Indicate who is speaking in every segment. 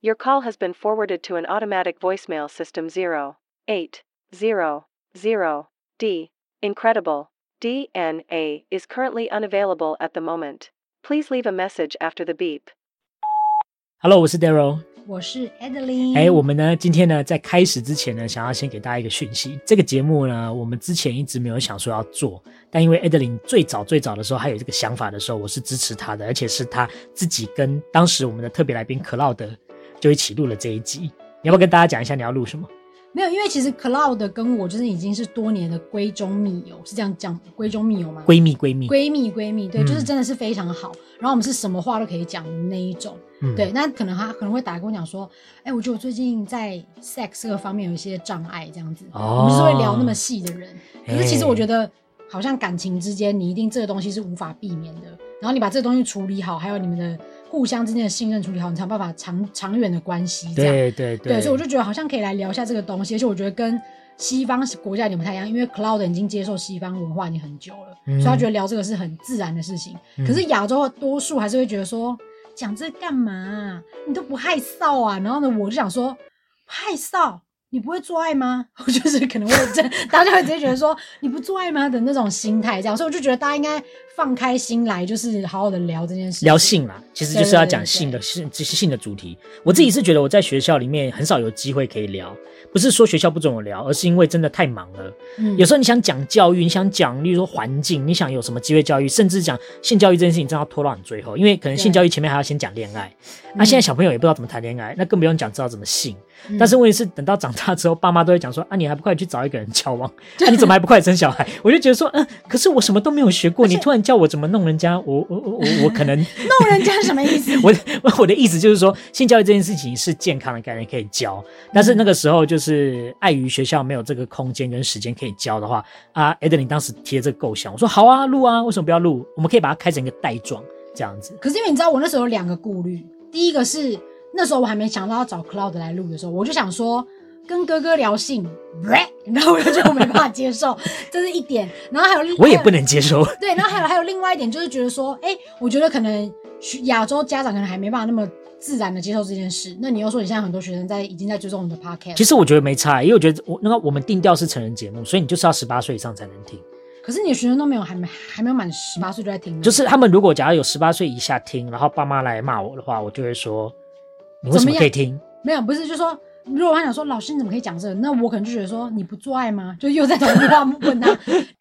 Speaker 1: Your call has been forwarded to an automatic voicemail system 0800D. Incredible. DNA is currently unavailable at the moment. Please leave a message after the beep.
Speaker 2: Hello，我是 Daryl。
Speaker 3: 我是 Adeline。
Speaker 2: 哎，我们呢，今天呢，在开始之前呢，想要先给大家一个讯息。这个节目呢，我们之前一直没有想说要做，但因为 Adeline 最早最早的时候，还有这个想法的时候，我是支持她的，而且是她自己跟当时我们的特别来宾 Cloud 就一起录了这一集。你要不要跟大家讲一下你要录什么？
Speaker 3: 没有，因为其实 Cloud 跟我就是已经是多年的闺中密友，是这样讲闺中密友吗？
Speaker 2: 闺蜜，闺蜜，
Speaker 3: 闺蜜闺蜜，对，
Speaker 2: 嗯
Speaker 3: 就是真的是非常好。然后我们是什么话都可以讲的那一种，
Speaker 2: 嗯
Speaker 3: 对。那可能他可能会打来跟我讲说，哎、我觉得我最近在 sex 这个方面有一些障碍，这样子。
Speaker 2: 哦
Speaker 3: 我们就是会聊那么细的人，可是其实
Speaker 2: 哎
Speaker 3: 我觉得，好像感情之间，你一定这个东西是无法避免的。然后你把这个东西处理好，还有你们的互相之间的信任处理好，你才有办法长长远的关系这样。
Speaker 2: 对对对
Speaker 3: 对，所以我就觉得好像可以来聊一下这个东西，而且我觉得跟西方国家有点不太一样，因为 Cloud 已经接受西方文化已经很久了，
Speaker 2: 嗯
Speaker 3: 所以他觉得聊这个是很自然的事情。可是亚洲多数还是会觉得说，讲这干嘛啊、你都不害臊啊？然后呢，我就想说，害臊。你不会做爱吗？ 我就是可能会这，大家会直接觉得说你不做爱吗的那种心态，这样，所以我就觉得大家应该放开心来，就是好好的聊这件事情。
Speaker 2: 聊性啦，其实就是要讲性
Speaker 3: 对
Speaker 2: 的性性的主题。我自己是觉得我在学校里面很少有机会可以聊，不是说学校不准我聊，而是因为真的太忙了。
Speaker 3: 嗯，
Speaker 2: 有时候你想讲教育，你想讲，例如说环境，你想有什么机会教育，甚至讲性教育这件事情，真的要拖到很最后，因为可能性
Speaker 3: 对
Speaker 2: 教育前面还要先讲恋爱。那、
Speaker 3: 嗯
Speaker 2: 啊现在小朋友也不知道怎么谈恋爱，那更不用讲知道怎么性。
Speaker 3: 嗯
Speaker 2: 但是问题是，等到长大之后，爸妈都会讲说啊，你还不快去找一个人交 往？啊，你怎么还不快生小孩？我就觉得说，嗯，可是我什么都没有学过，你突然叫我怎么弄人家，我我我我我可能
Speaker 3: 弄人家什么意思？
Speaker 2: 我我我的意思就是说，性教育这件事情是健康的概念可以教，但是那个时候就是碍于学校没有这个空间跟时间可以教的话，啊，Adeline 当时提了这个构想，我说好啊，录啊，为什么不要录？我们可以把它开成一个带状这样子。
Speaker 3: 可是因为你知道，我那时候有两个顾虑，第一个是那时候我还没想到要找 Cloud 来录的时候，我就想说跟哥哥聊性，然后我就觉得我没办法接受， 这是一点。然后还有
Speaker 2: 我也不能接受，
Speaker 3: 对，然后还有还有另外一点就是觉得说，哎、我觉得可能学亚洲家长可能还没办法那么自然的接受这件事。那你又说你现在很多学生在已经在追踪我们的 podcast，
Speaker 2: 其实我觉得没差，欸因为我觉得我那个我们定调是成人节目，所以你就是要十八岁以上才能听。
Speaker 3: 可是你的学生都没有还没还没有满十八岁就在听呢，
Speaker 2: 就是他们如果假如有十八岁以下听，然后爸妈来骂我的话，我就会说你为什
Speaker 3: 怎
Speaker 2: 么
Speaker 3: 么样
Speaker 2: 可以听？
Speaker 3: 没有，不是，就说如果他想说老师你怎么可以讲这个，那我可能就觉得说你不做爱吗？就又在同一句话问他，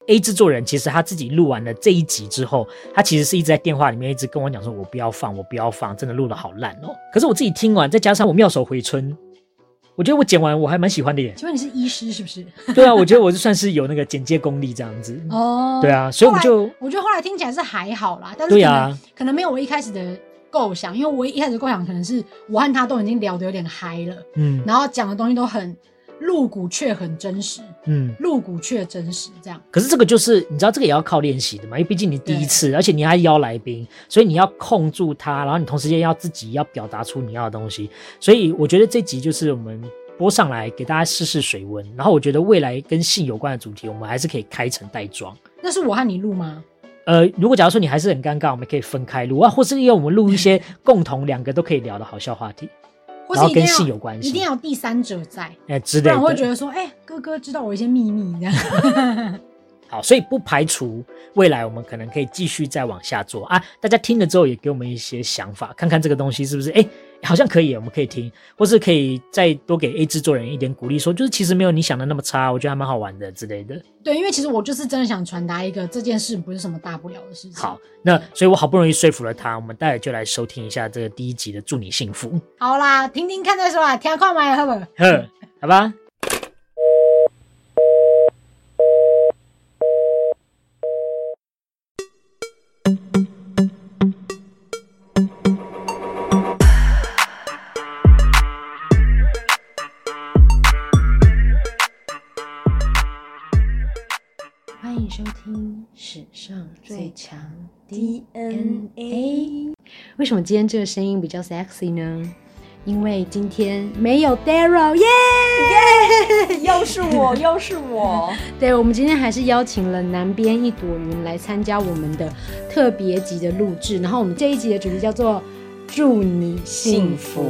Speaker 2: A 制作人其实他自己录完了这一集之后，他其实是一直在电话里面一直跟我讲说，我不要放，我不要放，真的录的好烂哦。可是我自己听完，再加上我妙手回春，我觉得我剪完我还蛮喜欢的耶。
Speaker 3: 请问你是医师是不是？
Speaker 2: 对啊，我觉得我就算是有那个剪接功力这样子。
Speaker 3: 哦，
Speaker 2: 对啊，所以我就
Speaker 3: 我觉得后来听起来是还好啦，但是可
Speaker 2: 对
Speaker 3: 能、
Speaker 2: 啊
Speaker 3: 可能没有我一开始的构想，因为我一开始的构想可能是我和他都已经聊得有点嗨了，
Speaker 2: 嗯
Speaker 3: 然后讲的东西都很露骨却很真实，
Speaker 2: 嗯。
Speaker 3: 露骨却真实这样。
Speaker 2: 可是这个就是你知道，这个也要靠练习的嘛，因为毕竟你第一次，而且你还邀来宾，所以你要控住他，然后你同时间要自己要表达出你要的东西。所以我觉得这集就是我们播上来给大家试试水温，然后我觉得未来跟性有关的主题，我们还是可以开成带装。
Speaker 3: 那是我和你录吗？
Speaker 2: 呃，如果假如说你还是很尴尬，我们可以分开录啊，或是因为我们录一 些共同两个都可以聊的好笑话题，
Speaker 3: 或
Speaker 2: 然
Speaker 3: 是
Speaker 2: 后
Speaker 3: 一定
Speaker 2: 跟
Speaker 3: 要
Speaker 2: 性有关系
Speaker 3: 一定要有第三者在，
Speaker 2: 哎、之
Speaker 3: 不
Speaker 2: 类
Speaker 3: 然我会觉
Speaker 2: 的。
Speaker 3: 得说，哎、哥哥知道我一些秘密这样。
Speaker 2: 好，所以不排除未来我们可能可以继续再往下做啊。大家听了之后也给我们一些想法，看看这个东西是不是哎、好像可以，我们可以听，或是可以再多给 A 制作人一点鼓励，说就是其实没有你想的那么差，我觉得还蛮好玩的之类的。
Speaker 3: 对，因为其实我就是真的想传达一个这件事不是什么大不了的事情。
Speaker 2: 好，，那所以我好不容易说服了他，我们待会就来收听一下这个第一集的《祝你幸福》，
Speaker 3: 好啦，听听看再说啦，听看买好不好？
Speaker 2: 呵，好吧？
Speaker 4: 欢迎收听史上最强
Speaker 3: DNA
Speaker 4: DNA。为什么今天这个声音比较 sexy 呢？因为今天没有 Daryl，耶、
Speaker 5: 又是 我，又是我。
Speaker 4: 对，我们今天还是邀请了南边一朵云来参加我们的特别集的录制，然后我们这一集的主题叫做。祝你幸
Speaker 5: 幸
Speaker 4: 福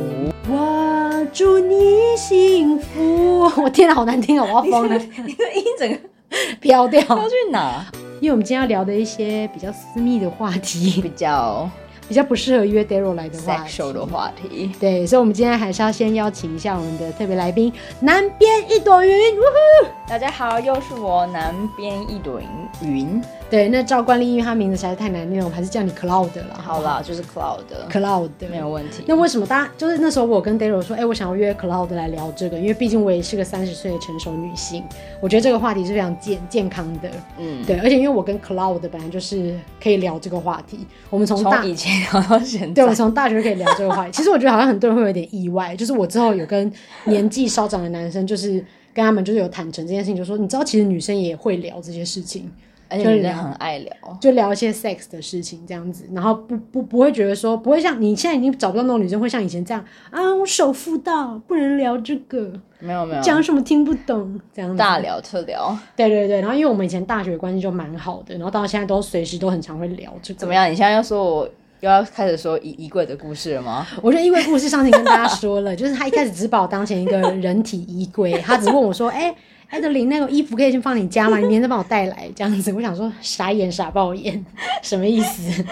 Speaker 5: 福。
Speaker 4: 我祝你幸福。 我天哪，好难听啊！我要疯了，
Speaker 5: 你的音整个
Speaker 4: 飘掉。
Speaker 5: 飘去哪？
Speaker 4: 因为我们今天要聊的一些比较私密的话题，
Speaker 5: 比较
Speaker 4: 比较不适合约 Daryl 来的话题
Speaker 5: sexual 的话题。
Speaker 4: 对，所以我们今天还是要先邀请一下我们的特别来宾，南边一朵云。呜呼
Speaker 5: 大家好，又是我南边一朵云。
Speaker 4: 对，那照惯例，因为他名字实在是太难念了，我们还是叫你 Cloud 了。
Speaker 5: 好啦，就是 cloud 的，
Speaker 4: ，Cloud
Speaker 5: 没有问题。
Speaker 4: 那为什么大家就是那时候我跟 Daryl 说，哎、我想要约 Cloud 来聊这个，因为毕竟我也是个三十岁的成熟女性，我觉得这个话题是非常健健康的，
Speaker 5: 嗯，
Speaker 4: 对，而且因为我跟 Cloud 本来就是可以聊这个话题，我们从大
Speaker 5: 从以前聊到现
Speaker 4: 对，
Speaker 5: 在
Speaker 4: 我，从大学可以聊这个话题。其实我觉得好像很多人会有点意外，就是我之后有跟年纪稍长的男生，就是跟他们就是有坦诚这件事情，就说你知道，其实女生也会聊这些事情，
Speaker 5: 而且人很爱聊。
Speaker 4: 就聊一些 sex 的事情这样子，然后不不不会觉得说不会像你现在已经找不到那种女生会像以前这样啊，我手妇道不能聊这个，
Speaker 5: 没有没有，
Speaker 4: 讲什么听不懂这样子。
Speaker 5: 嗯大聊特聊，
Speaker 4: 对对对，然后因为我们以前大学关系就蛮好的，然后到现在都随时都很常会聊这个。
Speaker 5: 怎么？样？你现在要说我又要开始说衣衣柜的故事了吗？
Speaker 4: 我觉得因为故事上次已经跟大家说了，就是他一开始只把我当成一个人体衣柜，他只问我说：“哎、艾德琳，那个衣服可以先放你家吗？你明天再帮我带来。”这样子，我想说傻眼傻爆眼，什么意思？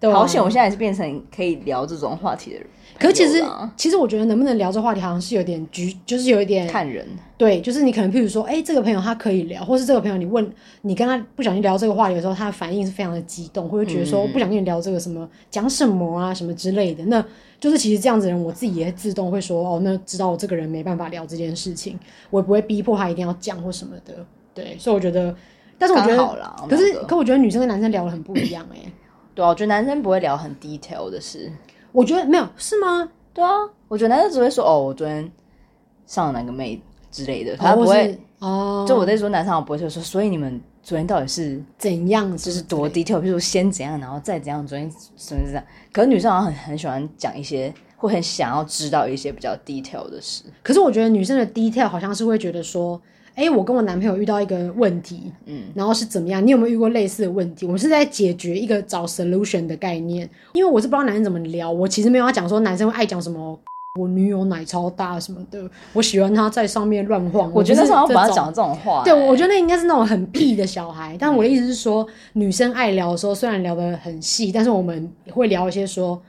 Speaker 4: 对啊、
Speaker 5: 好险，我现在也是变成可以聊这种话题的人。
Speaker 4: 可是其实
Speaker 5: 有啦，
Speaker 4: 其实我觉得能不能聊这话题，好像是有点局，就是有一点
Speaker 5: 看人，
Speaker 4: 对，就是你可能譬如说，哎、这个朋友他可以聊，或是这个朋友你问你跟他不小心聊这个话题的时候，他的反应是非常的激动，或者觉得说
Speaker 5: 嗯
Speaker 4: 不想跟你聊这个什么讲什么啊什么之类的。那就是其实这样子的人，我自己也自动会说，哦，那知道我这个人没办法聊这件事情，我也不会逼迫他一定要讲或什么的。对，所以我觉得，但是我觉
Speaker 5: 刚好啦
Speaker 4: 得，
Speaker 5: 我们
Speaker 4: 可是
Speaker 5: 两个
Speaker 4: 可我觉得女生跟男生聊的很不一样哎、
Speaker 5: 对啊，我觉得男生不会聊很 detail 的事。
Speaker 4: 我觉得没有是吗？
Speaker 5: 对啊，我觉得男生只会说哦，我昨天上了哪个妹之类的，他
Speaker 4: 哦
Speaker 5: 不
Speaker 4: 或
Speaker 5: 会
Speaker 4: 是。哦，
Speaker 5: 就我在说男生，我不会说说，所以你们昨天到底是
Speaker 4: 怎样
Speaker 5: 就
Speaker 4: 就是
Speaker 5: 多 detail，比如说先怎样，然后再怎样，昨天什么是这样。可是女生好像很很喜欢讲一些，会很想要知道一些比较 detail 的事。
Speaker 4: 可是我觉得女生的 detail 好像是会觉得说，哎、我跟我男朋友遇到一个问题，
Speaker 5: 嗯，
Speaker 4: 然后是怎么样？你有没有遇过类似的问题？我们是在解决一个找 solution 的概念，因为我是不知道男人怎么聊，我其实没有要讲说男生会爱讲什么。 我女友奶超大什么的，我喜欢她在上面乱晃。
Speaker 5: 我觉
Speaker 4: 不
Speaker 5: 得那
Speaker 4: 是
Speaker 5: 时候
Speaker 4: 这
Speaker 5: 把他
Speaker 4: 种
Speaker 5: 讲这种话、欸
Speaker 4: 对，我
Speaker 5: 得
Speaker 4: 觉得那应该是那种很屁的小孩。但我的意思是说，女生爱聊的时候，虽然聊得很细，但是我们会聊一些说，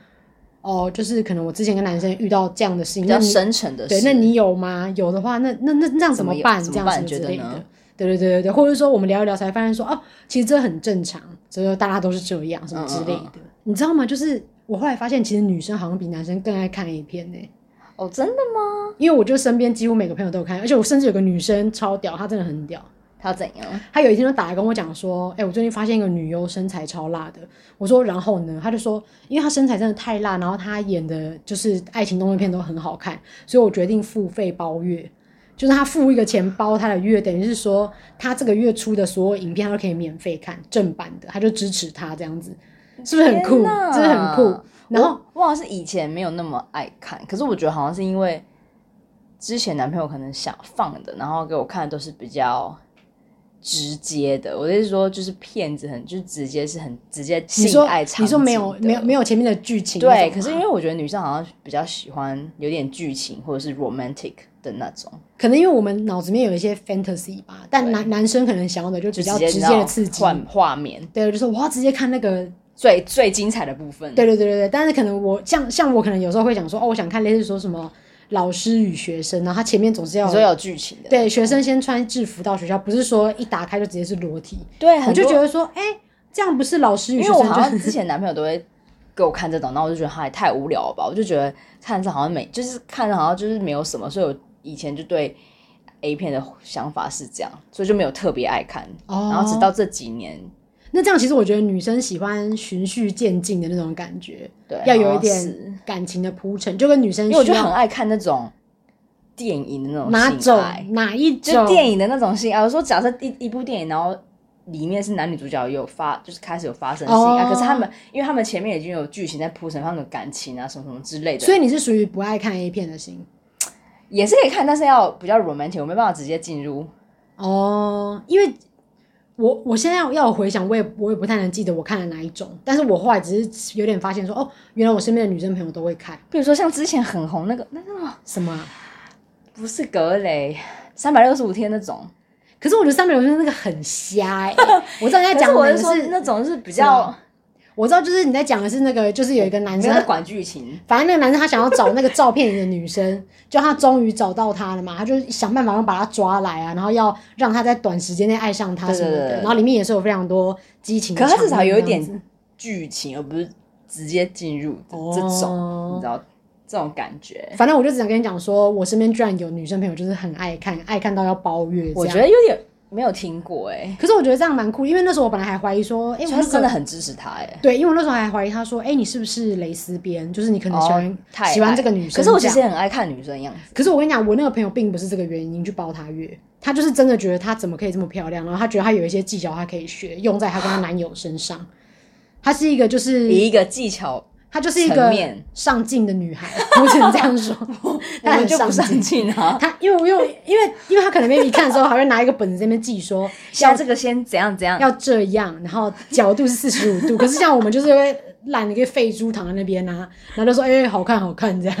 Speaker 4: 哦，就是可能我之前跟男生遇到这样的事情，
Speaker 5: 比
Speaker 4: 那
Speaker 5: 较
Speaker 4: 你
Speaker 5: 深沉的事。
Speaker 4: 对，那你有吗？有的话，那那那那样怎么办？
Speaker 5: 怎
Speaker 4: 这
Speaker 5: 么
Speaker 4: 样子
Speaker 5: 办
Speaker 4: 之
Speaker 5: 觉得
Speaker 4: 类的
Speaker 5: 呢。
Speaker 4: 对对对对对，或者说我们聊一聊才发现说哦，其实这很正常，所以说大家都是这样什么之类的，
Speaker 5: 嗯
Speaker 4: 你知道吗？就是我后来发现，其实女生好像比男生更爱看 A 片呢、
Speaker 5: 哦，真的吗？
Speaker 4: 因为我就身边几乎每个朋友都有看，而且我甚至有个女生超屌，她真的很屌，
Speaker 5: 他怎样？
Speaker 4: 她有一天就打来跟我讲说，哎、我最近发现一个女优身材超辣的。我说然后呢？她就说，因为她身材真的太辣，然后她演的就是爱情动作片都很好看，所以我决定付费包月。就是她付一个钱包她的月，等于是说她这个月出的所有影片她都可以免费看正版的，她就支持她这样子，是不是很酷？
Speaker 5: 天哪
Speaker 4: 真的很酷。然后
Speaker 5: 我好像是以前没有那么爱看，可是我觉得好像是因为之前男朋友可能想放的，然后给我看的都是比较直接的。我的意思说，就是骗子很就是直接是很直接
Speaker 4: 你
Speaker 5: 性
Speaker 4: 说
Speaker 5: 爱场
Speaker 4: 你说没有
Speaker 5: 景的
Speaker 4: 没有没有前面的剧情那种吗，
Speaker 5: 对，可是因为我觉得女生好像比较喜欢有点剧情或者是 romantic 的那种，
Speaker 4: 可能因为我们脑子里面有一些 fantasy 吧，但
Speaker 5: 对
Speaker 4: 男男生可能想要的就比
Speaker 5: 就
Speaker 4: 较
Speaker 5: 直
Speaker 4: 直
Speaker 5: 接
Speaker 4: 接的刺
Speaker 5: 你知
Speaker 4: 激
Speaker 5: 道。换画面
Speaker 4: 对，就是我要直接看那个，
Speaker 5: 最最精彩的部分。
Speaker 4: 对对对对对。但是可能我像像我可能有时候会想说，哦，我想看类似说什么老师与学生，然后他前面总是
Speaker 5: 你
Speaker 4: 要
Speaker 5: 说有剧情的，
Speaker 4: 对学生先穿制服到学校，不是说一打开就直接是裸体，
Speaker 5: 对，
Speaker 4: 我
Speaker 5: 很
Speaker 4: 就
Speaker 5: 多
Speaker 4: 觉得说，哎、这样不是老师与
Speaker 5: 因
Speaker 4: 学
Speaker 5: 为
Speaker 4: 生
Speaker 5: 我好像
Speaker 4: 就
Speaker 5: 之前男朋友都会给我看这种，然后我就觉得他也太无聊了吧，我就觉得看着好像没，就是看着好像就是没有什么，所以我以前就对 A 片的想法是这样，所以就没有特别爱看。
Speaker 4: 哦，
Speaker 5: 然后直到这几年，
Speaker 4: 那这样其实我觉得女生喜欢循序渐进的那种感觉，
Speaker 5: 对，
Speaker 4: 要有
Speaker 5: 好
Speaker 4: 一
Speaker 5: 像是
Speaker 4: 点感情的铺陈，就跟女生
Speaker 5: 因为我就
Speaker 4: 需要
Speaker 5: 很爱看那种电影的那种
Speaker 4: 哪
Speaker 5: 性
Speaker 4: 种
Speaker 5: 爱，
Speaker 4: 哪一种
Speaker 5: 就电影的那种性爱。我说假设一一部电影，然后。里面是男女主角有发，就是开始有发生性爱
Speaker 4: 哦
Speaker 5: 可是他们，因为他们前面已经有剧情在铺陈，他们的感情啊什么什么之类的，
Speaker 4: 所以你是属于不爱看 A 片的型
Speaker 5: 也是可以看，但是要比较 romantic，我没办法直接进入。
Speaker 4: 哦，因为我我现在要我回想，我也我也不太能记得我看了哪一种，但是我后来只是有点发现说，哦，原来我身边的女生朋友都会看
Speaker 5: 比如说像之前很红那个那个
Speaker 4: 什么啊、
Speaker 5: 不是格雷，三百六十五天那种，
Speaker 4: 可是我觉得三百六十那个很瞎哎、我知道你在
Speaker 5: 但是
Speaker 4: 讲
Speaker 5: 我
Speaker 4: 的
Speaker 5: 是说那种是比较
Speaker 4: 我知道就是你在讲的是那个，就是有一个男
Speaker 5: 没
Speaker 4: 生
Speaker 5: 有在管剧情，
Speaker 4: 反正那个男生他想要找那个照片里的女生，就他终于找到她了嘛，他就想办法要把她抓来啊，然后要让她在短时间内爱上他什么的。
Speaker 5: 对对对对
Speaker 4: 然后里面也是有非常多激情的
Speaker 5: 可
Speaker 4: 场面这样子，
Speaker 5: 它至少有一点剧情，而不是直接进入这这种，你知
Speaker 4: 种。
Speaker 5: 道这种感觉。
Speaker 4: 反正我就只想跟你讲说，我身边居然有女生朋友就是很爱看，爱看到要包月这样。
Speaker 5: 我觉得有点没有听过哎、
Speaker 4: 可是我觉得这样蛮酷，因为那时候我本来还怀疑说，哎、
Speaker 5: 欸，
Speaker 4: 我那
Speaker 5: 所以他
Speaker 4: 时
Speaker 5: 是
Speaker 4: 候
Speaker 5: 真的很支持他哎、
Speaker 4: 对，因为我那时候还怀疑他说，哎、你是不是蕾丝边？就是你可能喜欢、
Speaker 5: 哦太
Speaker 4: 喜欢
Speaker 5: 爱
Speaker 4: 这个女生。
Speaker 5: 可是我其
Speaker 4: 这样
Speaker 5: 实也很爱看女生的样子，
Speaker 4: 可是我跟你讲，我那个朋友并不是这个原因去包她月，她就是真的觉得她怎么可以这么漂亮，然后她觉得她有一些技巧她可以学，用在她跟她男友身上。她是一个就是
Speaker 5: 以一个技巧，
Speaker 4: 她就是一个
Speaker 5: 层面
Speaker 4: 上进的女孩， 我只能这样说。
Speaker 5: 我
Speaker 4: 她
Speaker 5: 们
Speaker 4: 很
Speaker 5: 就不
Speaker 4: 上
Speaker 5: 上
Speaker 4: 进。
Speaker 5: 进 啊。
Speaker 4: 她因为我用，因为因为她可能 maybe 看的时候还会拿一个本子在那边记说
Speaker 5: 像这个先怎样怎样，
Speaker 4: 要这样，然后角度是四十五度，可是像我们就是会懒一个废猪躺在那边啊，然后就说哎、好看好看这样，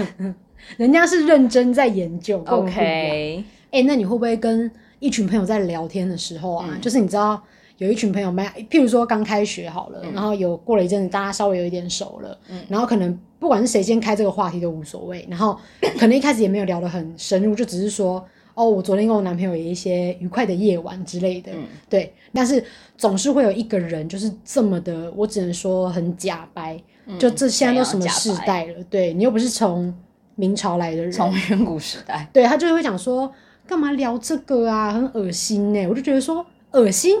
Speaker 4: 人家是认真在研究跟我们不一样
Speaker 5: OK，
Speaker 4: 哎、那你会不会跟一群朋友在聊天的时候啊，
Speaker 5: 嗯
Speaker 4: 就是你知道有一群朋友们，譬如说刚开学好了，然后有过了一阵子，大家稍微有一点熟了，
Speaker 5: 嗯
Speaker 4: 然后可能不管是谁先开这个话题都无所谓，然后可能一开始也没有聊得很深入，就只是说。哦，我昨天跟我男朋友有一些愉快的夜晚之类的，
Speaker 5: 嗯
Speaker 4: 对，但是总是会有一个人就是这么的，我只能说很假掰。就这现在都什么世
Speaker 5: 啊嗯想要假
Speaker 4: 代了，对你又不是从明朝来的人，
Speaker 5: 从远古时代，
Speaker 4: 对他就会讲说，干嘛聊这个啊，很恶心呢、我就觉得说，恶心？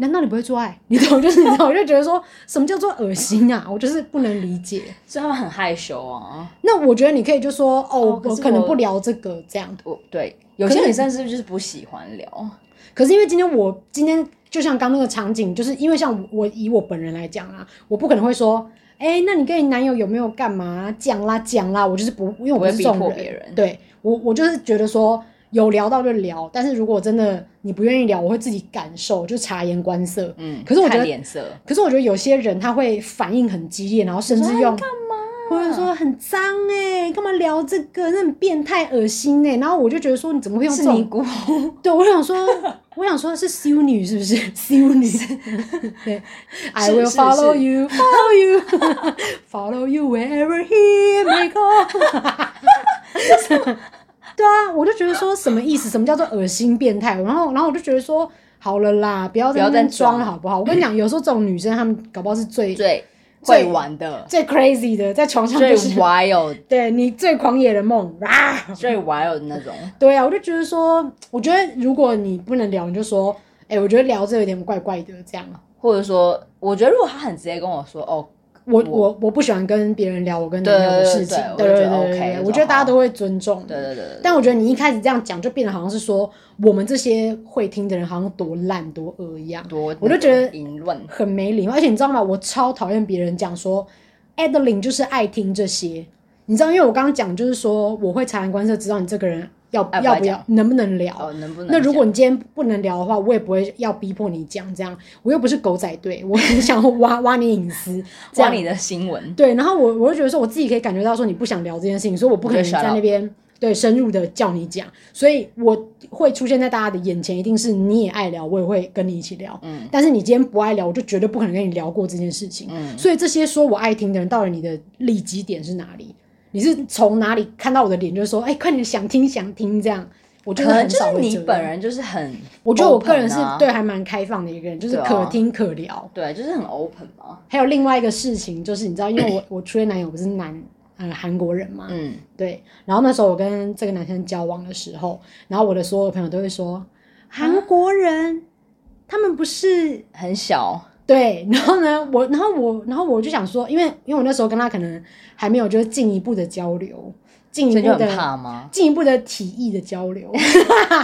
Speaker 4: 难道你不会做爱？ 你懂，就是你知道，我就觉得说什么叫做恶心啊？我就是不能理解。
Speaker 5: 所以他们很害羞啊。
Speaker 4: 那我觉得你可以就说，哦，
Speaker 5: 哦可
Speaker 4: 我
Speaker 5: 是
Speaker 4: 可能
Speaker 5: 我
Speaker 4: 不聊这个这样。
Speaker 5: 我对有
Speaker 4: 可
Speaker 5: 些
Speaker 4: 是
Speaker 5: 女生是不是就是不喜欢聊？
Speaker 4: 可是因为今天我今天就像刚那个场景，就是因为像我以我本人来讲啊，我不可能会说，哎、那你跟你男友有没有干嘛？讲啦讲啦，我就是不，因为我
Speaker 5: 不
Speaker 4: 不
Speaker 5: 会
Speaker 4: 是这种
Speaker 5: 逼迫
Speaker 4: 人，
Speaker 5: 别人
Speaker 4: 对我我就是觉得说有聊到就聊，但是如果真的你不愿意聊，我会自己感受，就察言观色。
Speaker 5: 嗯，
Speaker 4: 可是我觉
Speaker 5: 看
Speaker 4: 得
Speaker 5: 脸色，
Speaker 4: 可是我觉得有些人他会反应很激烈，然后甚至用干嘛，或者说很脏哎、干嘛聊这个？那很变态恶心哎、然后我就觉得说你怎么会用这
Speaker 5: 是
Speaker 4: 种
Speaker 5: 尼姑，
Speaker 4: 对，我想说，我想说是修女是不 是？修女，对，I
Speaker 5: 是
Speaker 4: will
Speaker 5: 是
Speaker 4: follow
Speaker 5: 是
Speaker 4: you, follow you, follow you wherever he may go 。对啊，我就觉得说什么意思？什么叫做恶心变态？然后，然后我就觉得说，好了啦，不要在
Speaker 5: 不要
Speaker 4: 那边
Speaker 5: 再装
Speaker 4: 装了好不好？我跟你讲，有时候这种女生，她们搞不好是最
Speaker 5: 最
Speaker 4: 最
Speaker 5: 会玩的，
Speaker 4: 最 crazy 的，在床上
Speaker 5: 最
Speaker 4: 就是，
Speaker 5: wild
Speaker 4: 对你最狂野的梦啊！
Speaker 5: 最 wild 的那种。
Speaker 4: 对啊，我就觉得说，我觉得如果你不能聊，你就说，哎、我觉得聊这有点怪怪的，这样。
Speaker 5: 或者说，我觉得如果他很直接跟我说，哦，
Speaker 4: 我
Speaker 5: 我
Speaker 4: 我我不喜欢跟别人聊我跟男友的事情，对
Speaker 5: 对对
Speaker 4: 对
Speaker 5: 对
Speaker 4: 对
Speaker 5: 我
Speaker 4: 对
Speaker 5: 就觉得 OK，
Speaker 4: 对
Speaker 5: 就
Speaker 4: 我觉得大家
Speaker 5: 好
Speaker 4: 都会尊重。
Speaker 5: 对对对对，
Speaker 4: 但我觉得你一开始这样讲，就变得好像是说我们这些会听的人好像多烂多恶一样，
Speaker 5: 多
Speaker 4: 我就觉得
Speaker 5: 淫乱，
Speaker 4: 很没礼貌。而且你知道吗？我超讨厌别人讲说 Adeline 就是爱听这些，你知道，因为我刚刚讲就是说我会察言观色，知道你这个人要
Speaker 5: 爱不
Speaker 4: 要
Speaker 5: 爱
Speaker 4: 不要
Speaker 5: 讲
Speaker 4: 能不能聊。
Speaker 5: 哦，能不能讲？
Speaker 4: 那如果你今天不能聊的话，我也不会要逼迫你讲这样，我又不是狗仔队， 我只想要挖挖你隐私，这
Speaker 5: 挖
Speaker 4: 样
Speaker 5: 你的新闻，
Speaker 4: 对。然后我我就觉得说，我自己可以感觉到说你不想聊这件事情，所以我不可能
Speaker 5: 你就 shut
Speaker 4: 在那
Speaker 5: up
Speaker 4: 边对深入的叫你讲，所以我会出现在大家的眼前，一定是你也爱聊，我也会跟你一起聊。
Speaker 5: 嗯
Speaker 4: 但是你今天不爱聊，我就绝对不可能跟你聊过这件事情。
Speaker 5: 嗯，
Speaker 4: 所以这些说我爱听的人，到底你的利基点是哪里？你是从哪里看到我的脸，就是说，哎、快点想听想听这样？我觉
Speaker 5: 可
Speaker 4: 得
Speaker 5: 能
Speaker 4: 很
Speaker 5: 就
Speaker 4: 少
Speaker 5: 是
Speaker 4: 会
Speaker 5: 你
Speaker 4: 这样
Speaker 5: 本人就是很 open 啊、
Speaker 4: 我觉得我个人是对还蛮开放的一个人，就是
Speaker 5: 对啊
Speaker 4: 可听可聊。
Speaker 5: 对，就是很 open 嘛，
Speaker 4: 还有另外一个事情就是，你知道，因为我 我初恋男友不是男呃韩国人嘛，
Speaker 5: 嗯，
Speaker 4: 对。然后那时候我跟这个男生交往的时候，然后我的所有朋友都会说，
Speaker 5: 啊
Speaker 4: 韩国人、他们不是
Speaker 5: 很小，
Speaker 4: 对，然后呢，我，然后我，然后我就想说，因为因为我那时候跟他可能还没有就是进一步的交流，进一
Speaker 5: 所以
Speaker 4: 步
Speaker 5: 就很
Speaker 4: 的
Speaker 5: 怕吗？
Speaker 4: 进一步的体意的交流， 就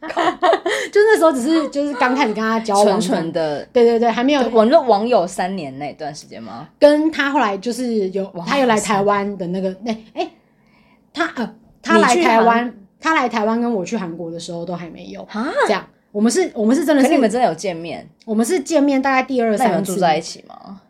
Speaker 4: 那时候只是就是刚开始跟他交往，
Speaker 5: 纯纯的，
Speaker 4: 对对对，还没有
Speaker 5: 对我说网友三年那段时间吗？
Speaker 4: 跟他后来就是有
Speaker 5: 哇
Speaker 4: 他有来台湾的那个，那哎、他呃他来
Speaker 5: 你去
Speaker 4: 台
Speaker 5: 韩
Speaker 4: 湾，他来台湾跟我去韩国的时候都还没有
Speaker 5: 啊，
Speaker 4: 这样。我们是，我们是真的
Speaker 5: 可
Speaker 4: 是
Speaker 5: 你们真的有见面？
Speaker 4: 我们是见面大概第二
Speaker 5: 那你
Speaker 4: 三
Speaker 5: 们
Speaker 4: 次
Speaker 5: 住在一起吗？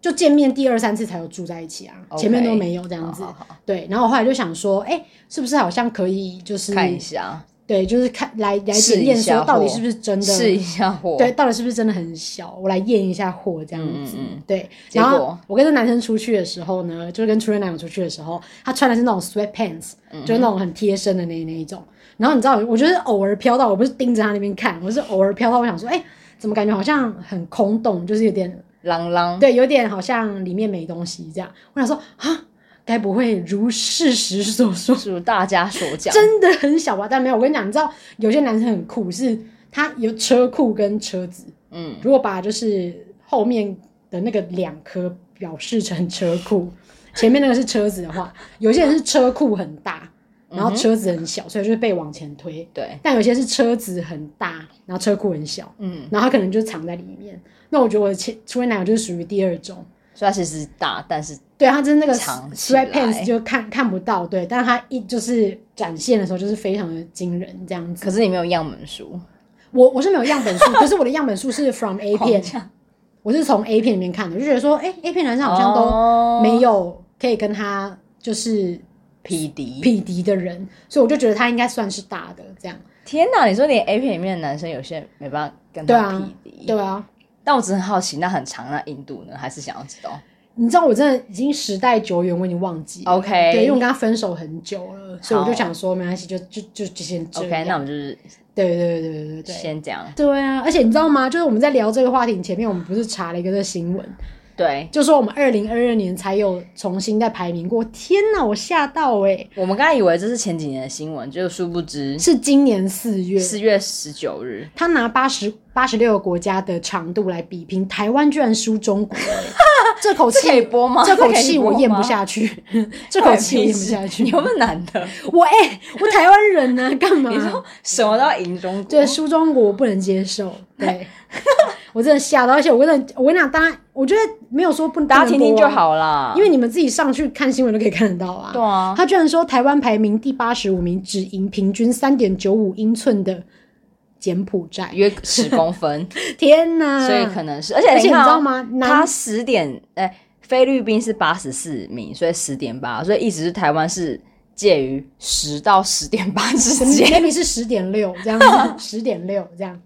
Speaker 4: 就见面第二三次才有住在一起啊
Speaker 5: OK
Speaker 4: 前面都没有这样子。
Speaker 5: 好好好
Speaker 4: 对，然后我后来就想说，哎、是不是好像可以就是
Speaker 5: 看一下，
Speaker 4: 对，就是看来来
Speaker 5: 试
Speaker 4: 检
Speaker 5: 一
Speaker 4: 验
Speaker 5: 下
Speaker 4: 说
Speaker 5: 货
Speaker 4: 到底是不是真的，
Speaker 5: 试一下货。
Speaker 4: 对，，到底是不是真的很小，我来验一下货这样子。
Speaker 5: 嗯嗯嗯
Speaker 4: 对，
Speaker 5: 结
Speaker 4: 然后
Speaker 5: 果
Speaker 4: 我跟这男生出去的时候呢，就是跟初恋男友出去的时候，他穿的是那种 sweatpants，、就是
Speaker 5: 嗯
Speaker 4: 那种很贴身的那那一种。然后你知道，我就是偶尔飘到，我不是盯着他那边看，我是偶尔飘到，我想说，哎、怎么感觉好像很空洞，就是有点
Speaker 5: 朗朗，
Speaker 4: 对，有点好像里面没东西这样。我想说啊，该不会如事实所说，
Speaker 5: 如大家所讲，
Speaker 4: 真的很小吧？但没有，我跟你讲，你知道有些男生很酷，是他有车库跟车子，
Speaker 5: 嗯，
Speaker 4: 如果把就是后面的那个两颗表示成车库， 前面那个是车子的话，有些人是车库很大，然后车子很小，所以就是被往前推。
Speaker 5: 对，
Speaker 4: 但有些是车子很大，然后车库很小，
Speaker 5: 嗯，
Speaker 4: 然后他可能就藏在里面。那我觉得我的前初恋男友就是属于第二种，
Speaker 5: 所以它其实大，但是
Speaker 4: 对，他就是那个
Speaker 5: 藏起
Speaker 4: sweatpants
Speaker 5: 来
Speaker 4: 就看看不到，对，但他一就是展现的时候就是非常的惊人这样子。
Speaker 5: 可是你没有样本书，
Speaker 4: 我我是没有样 本数，可是我的样本数是 from A
Speaker 5: 狂
Speaker 4: 片
Speaker 5: 呛，
Speaker 4: 我是从 A 片里面看的，我就觉得说，哎、a 片男生好像
Speaker 5: 哦
Speaker 4: 都没有可以跟他就是
Speaker 5: 匹敌。
Speaker 4: 匹敌的人，所以我就觉得他应该算是大的这样。
Speaker 5: 天哪，你说连 A 片里面的男生有些没办法跟
Speaker 4: 对
Speaker 5: 他
Speaker 4: 啊
Speaker 5: 匹敌，
Speaker 4: 对啊，
Speaker 5: 但我只是很好奇，那很长那印度呢？还是想要知道？
Speaker 4: 你知道我真的已经时代久远，我已经忘记了
Speaker 5: OK
Speaker 4: 对，因为我跟他分手很久了，所以我就
Speaker 5: 好
Speaker 4: 想说没关系，就就就就先这
Speaker 5: OK，
Speaker 4: 样。
Speaker 5: 那我们就是
Speaker 4: 对对对对对对对。
Speaker 5: 先这样。
Speaker 4: 对啊，而且你知道吗？就是我们在聊这个话题前面，我们不是查了一个这新闻，
Speaker 5: 对，
Speaker 4: 就说我们二零二二年才有重新再排名过。天哪，我吓到哎、
Speaker 5: 我们刚才以为这是前几年的新闻，就殊不知
Speaker 4: 是今年四月，
Speaker 5: 四月十九日。
Speaker 4: 他拿八十八十六个国家的长度来比拼，台湾居然输中 国、欸，这口气
Speaker 5: 这可以播吗
Speaker 4: 这口
Speaker 5: 这可以
Speaker 4: 气
Speaker 5: 播
Speaker 4: 我
Speaker 5: 吗
Speaker 4: 咽不下去，这口气我咽不下去
Speaker 5: 你。 有没有男 的？
Speaker 4: 我哎、我台湾人呢、干嘛？
Speaker 5: 你说什么都要赢中国？
Speaker 4: 对，书中国我不能接受，对 我真的吓到，而且我跟你我跟你讲，大家我觉得没有说不
Speaker 5: 大家听听就，好
Speaker 4: 不能播
Speaker 5: 啦
Speaker 4: 啊。因为你们自己上去看新闻都可以看得到啊。
Speaker 5: 对啊
Speaker 4: 他居然说台湾排名第八十五名，只赢平均三点九五英寸的柬埔寨，
Speaker 5: 约十 公分，
Speaker 4: 天哪！
Speaker 5: 所以可能是，而且
Speaker 4: 嗯而且你
Speaker 5: 看哦
Speaker 4: 知道吗男
Speaker 5: 他十点，哎，菲律宾是八十四名，所以十点八，所以意思是台湾是介于十到十点八之间。
Speaker 4: maybe 是十点六这样 子，十点六这样。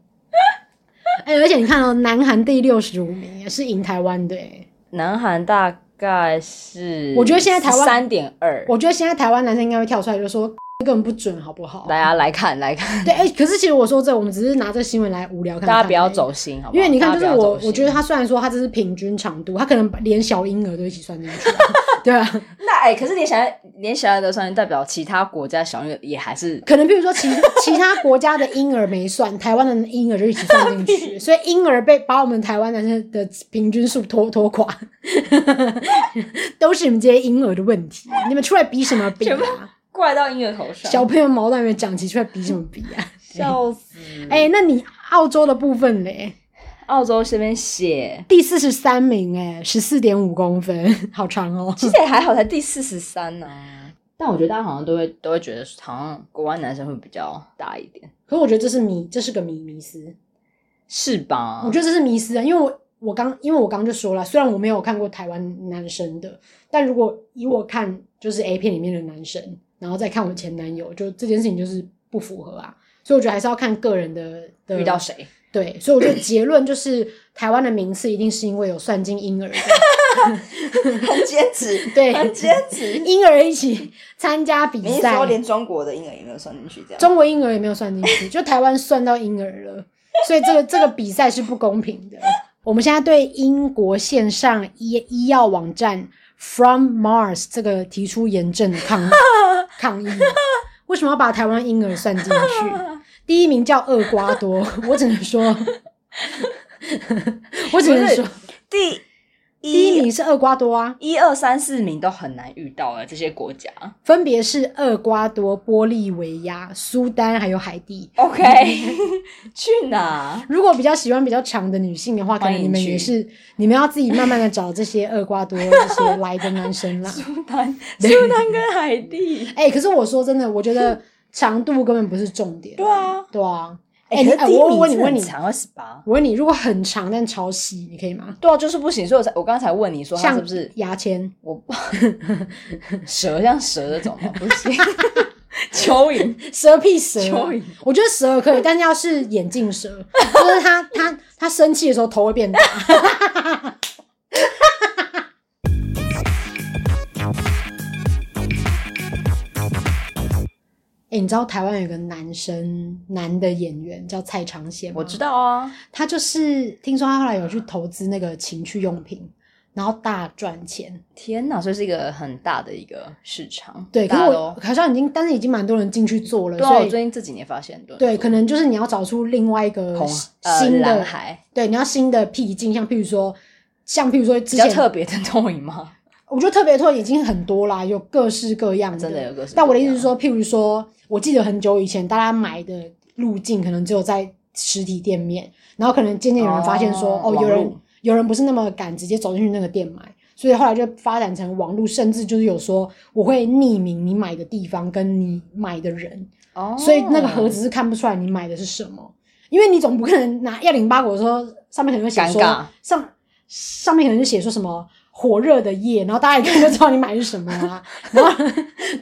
Speaker 4: 哎、而且你看哦，南韩第六十五名也是赢台湾的、哎
Speaker 5: 南韩大概是，
Speaker 4: 我觉得现在台湾
Speaker 5: 三点二，
Speaker 4: 我觉得现在台湾男生应该会跳出来就说 根本不准，好不好？
Speaker 5: 大家来看来看，
Speaker 4: 对，哎、可是其实我说这，我们只是拿这新闻来无聊看看
Speaker 5: 大家不要
Speaker 4: 而已
Speaker 5: 走心，好不好？
Speaker 4: 因为你看，
Speaker 5: 大
Speaker 4: 就
Speaker 5: 家
Speaker 4: 是
Speaker 5: 不要
Speaker 4: 我
Speaker 5: 走，心
Speaker 4: 我觉得他虽然说他这是平均长度，他可能连小婴儿都一起算进去 啊，对啊，
Speaker 5: 那哎、可是连小孩连小孩的算代表其他国家小孩也还是
Speaker 4: 可能譬如说其其他国家的婴儿没算，台湾的婴儿就一起算进 去，所以婴儿被把我们台湾男生的平均数拖拖垮， 都是你们这些婴儿的问题，你们出来比什么比啊？
Speaker 5: 怪到婴儿头上，
Speaker 4: 小朋友毛都还没长齐，出来比什么比啊？
Speaker 5: 笑死！
Speaker 4: 哎、那你澳洲的部分嘞？
Speaker 5: 澳洲这边写，
Speaker 4: 第四十三名、哎，十四点五公分， 好长哦。
Speaker 5: 其实也还好，才第四十三呢。
Speaker 4: 嗯
Speaker 5: 但我觉得大家好像都会都会觉得，好像国外男生会比较大一点，
Speaker 4: 可是我觉得这是迷，这是个迷迷思，
Speaker 5: 是吧？
Speaker 4: 我觉得这是迷思啊，因为我我刚因为我刚就说了，虽然我没有看过台湾男生的，但如果以我看就是 A 片里面的男生，然后再看我前男友，就这件事情就是不符合啊，所以我觉得还是要看个人的的
Speaker 5: 遇到 谁，
Speaker 4: 对，所以我觉得结论就是台湾的名次一定是因为有算进婴儿 的，
Speaker 5: 很坚持，
Speaker 4: 对
Speaker 5: 持。
Speaker 4: 婴儿一起参加 比
Speaker 5: 你是
Speaker 4: 赛
Speaker 5: 说，连中国的婴儿也没有算进去，这样？
Speaker 4: 中国婴儿也没有算进去，就台湾算到婴儿了，所以这个这个比赛是不公平的。我们现在对英国线上医医药网站 From Mars 这个提出严正的抗议抗议，为什么要把台湾婴儿算进 去？ 第一名叫厄瓜多，我只能说，我只能说，
Speaker 5: 第
Speaker 4: 第一
Speaker 5: 一
Speaker 4: 名是厄瓜多啊，
Speaker 5: 一二三四名都很难遇到了，这些国家。
Speaker 4: 分别是厄瓜多、玻利维亚、苏丹还有海地。
Speaker 5: OK，去哪？
Speaker 4: 如果比较喜欢比较长的女性的话，可
Speaker 5: 欢迎
Speaker 4: 能你们
Speaker 5: 去
Speaker 4: 也是，你们要自己慢慢的找这些厄瓜多这些来的男生 啦。
Speaker 5: 苏 丹，苏丹跟海地。
Speaker 4: 哎、可是我说真的，我觉得长度根本不是重点。
Speaker 5: 对啊，
Speaker 4: 对啊，
Speaker 5: 哎，可是
Speaker 4: 哎
Speaker 5: 第一
Speaker 4: 我问你
Speaker 5: 名真的
Speaker 4: 问
Speaker 5: 很
Speaker 4: 你
Speaker 5: 长啊二十八，
Speaker 4: 我问你，如果很长但超细，你可以吗？
Speaker 5: 对啊，就是不行。所以我才我刚才问你说他
Speaker 4: 像
Speaker 5: 是不是
Speaker 4: 牙签？
Speaker 5: 我不蛇像蛇那种吗？不行， 蚯蚓。
Speaker 4: 蛇屁 蛇啊
Speaker 5: 蚯蚓，
Speaker 4: 我觉得蛇 可以，但是要是眼镜蛇，就是它它它生气的时候头会变大。 哎、你知道台湾有个男生男的演员叫蔡长贤吗？
Speaker 5: 我知道啊，
Speaker 4: 他就是听说他后来有去投资那个情趣用品，然后大赚钱。
Speaker 5: 天哪，所以是一个很大的一个市场。
Speaker 4: 对，可
Speaker 5: 大
Speaker 4: 是
Speaker 5: 家
Speaker 4: 我
Speaker 5: 都
Speaker 4: 好像已经，但是已经蛮多人进去做了，
Speaker 5: 对啊，
Speaker 4: 所
Speaker 5: 我
Speaker 4: 以
Speaker 5: 最近这几年发现很多人
Speaker 4: 对，
Speaker 5: 做
Speaker 4: 可能就是你要找出另外一个
Speaker 5: 红呃
Speaker 4: 新的，
Speaker 5: 蓝海
Speaker 4: 对，你要新的僻境，像譬如说，像譬如说之
Speaker 5: 比较
Speaker 4: 前，
Speaker 5: 特别的蚯蚓吗？
Speaker 4: 我觉得特别拓已经很多啦，有各式各样的，
Speaker 5: 真的有各式各样
Speaker 4: 但我的意思是说，譬如说，我记得很久以前大家买的路径可能只有在实体店面，然后可能渐渐有人发现说，
Speaker 5: 哦
Speaker 4: 哦，有
Speaker 5: 网
Speaker 4: 人
Speaker 5: 路
Speaker 4: 有人不是那么敢直接走进去那个店买。所以后来就发展成网络，甚至就是有说我会匿名你买的地方跟你买的人，
Speaker 5: 哦
Speaker 4: 所以那个盒子是看不出来你买的是什么，因为你总不可能拿幺零八果说上面可能会写说
Speaker 5: 尴尬
Speaker 4: 上上面可能就写说什么火热的夜，然后大家一看就知道你买的是什么 啊。然后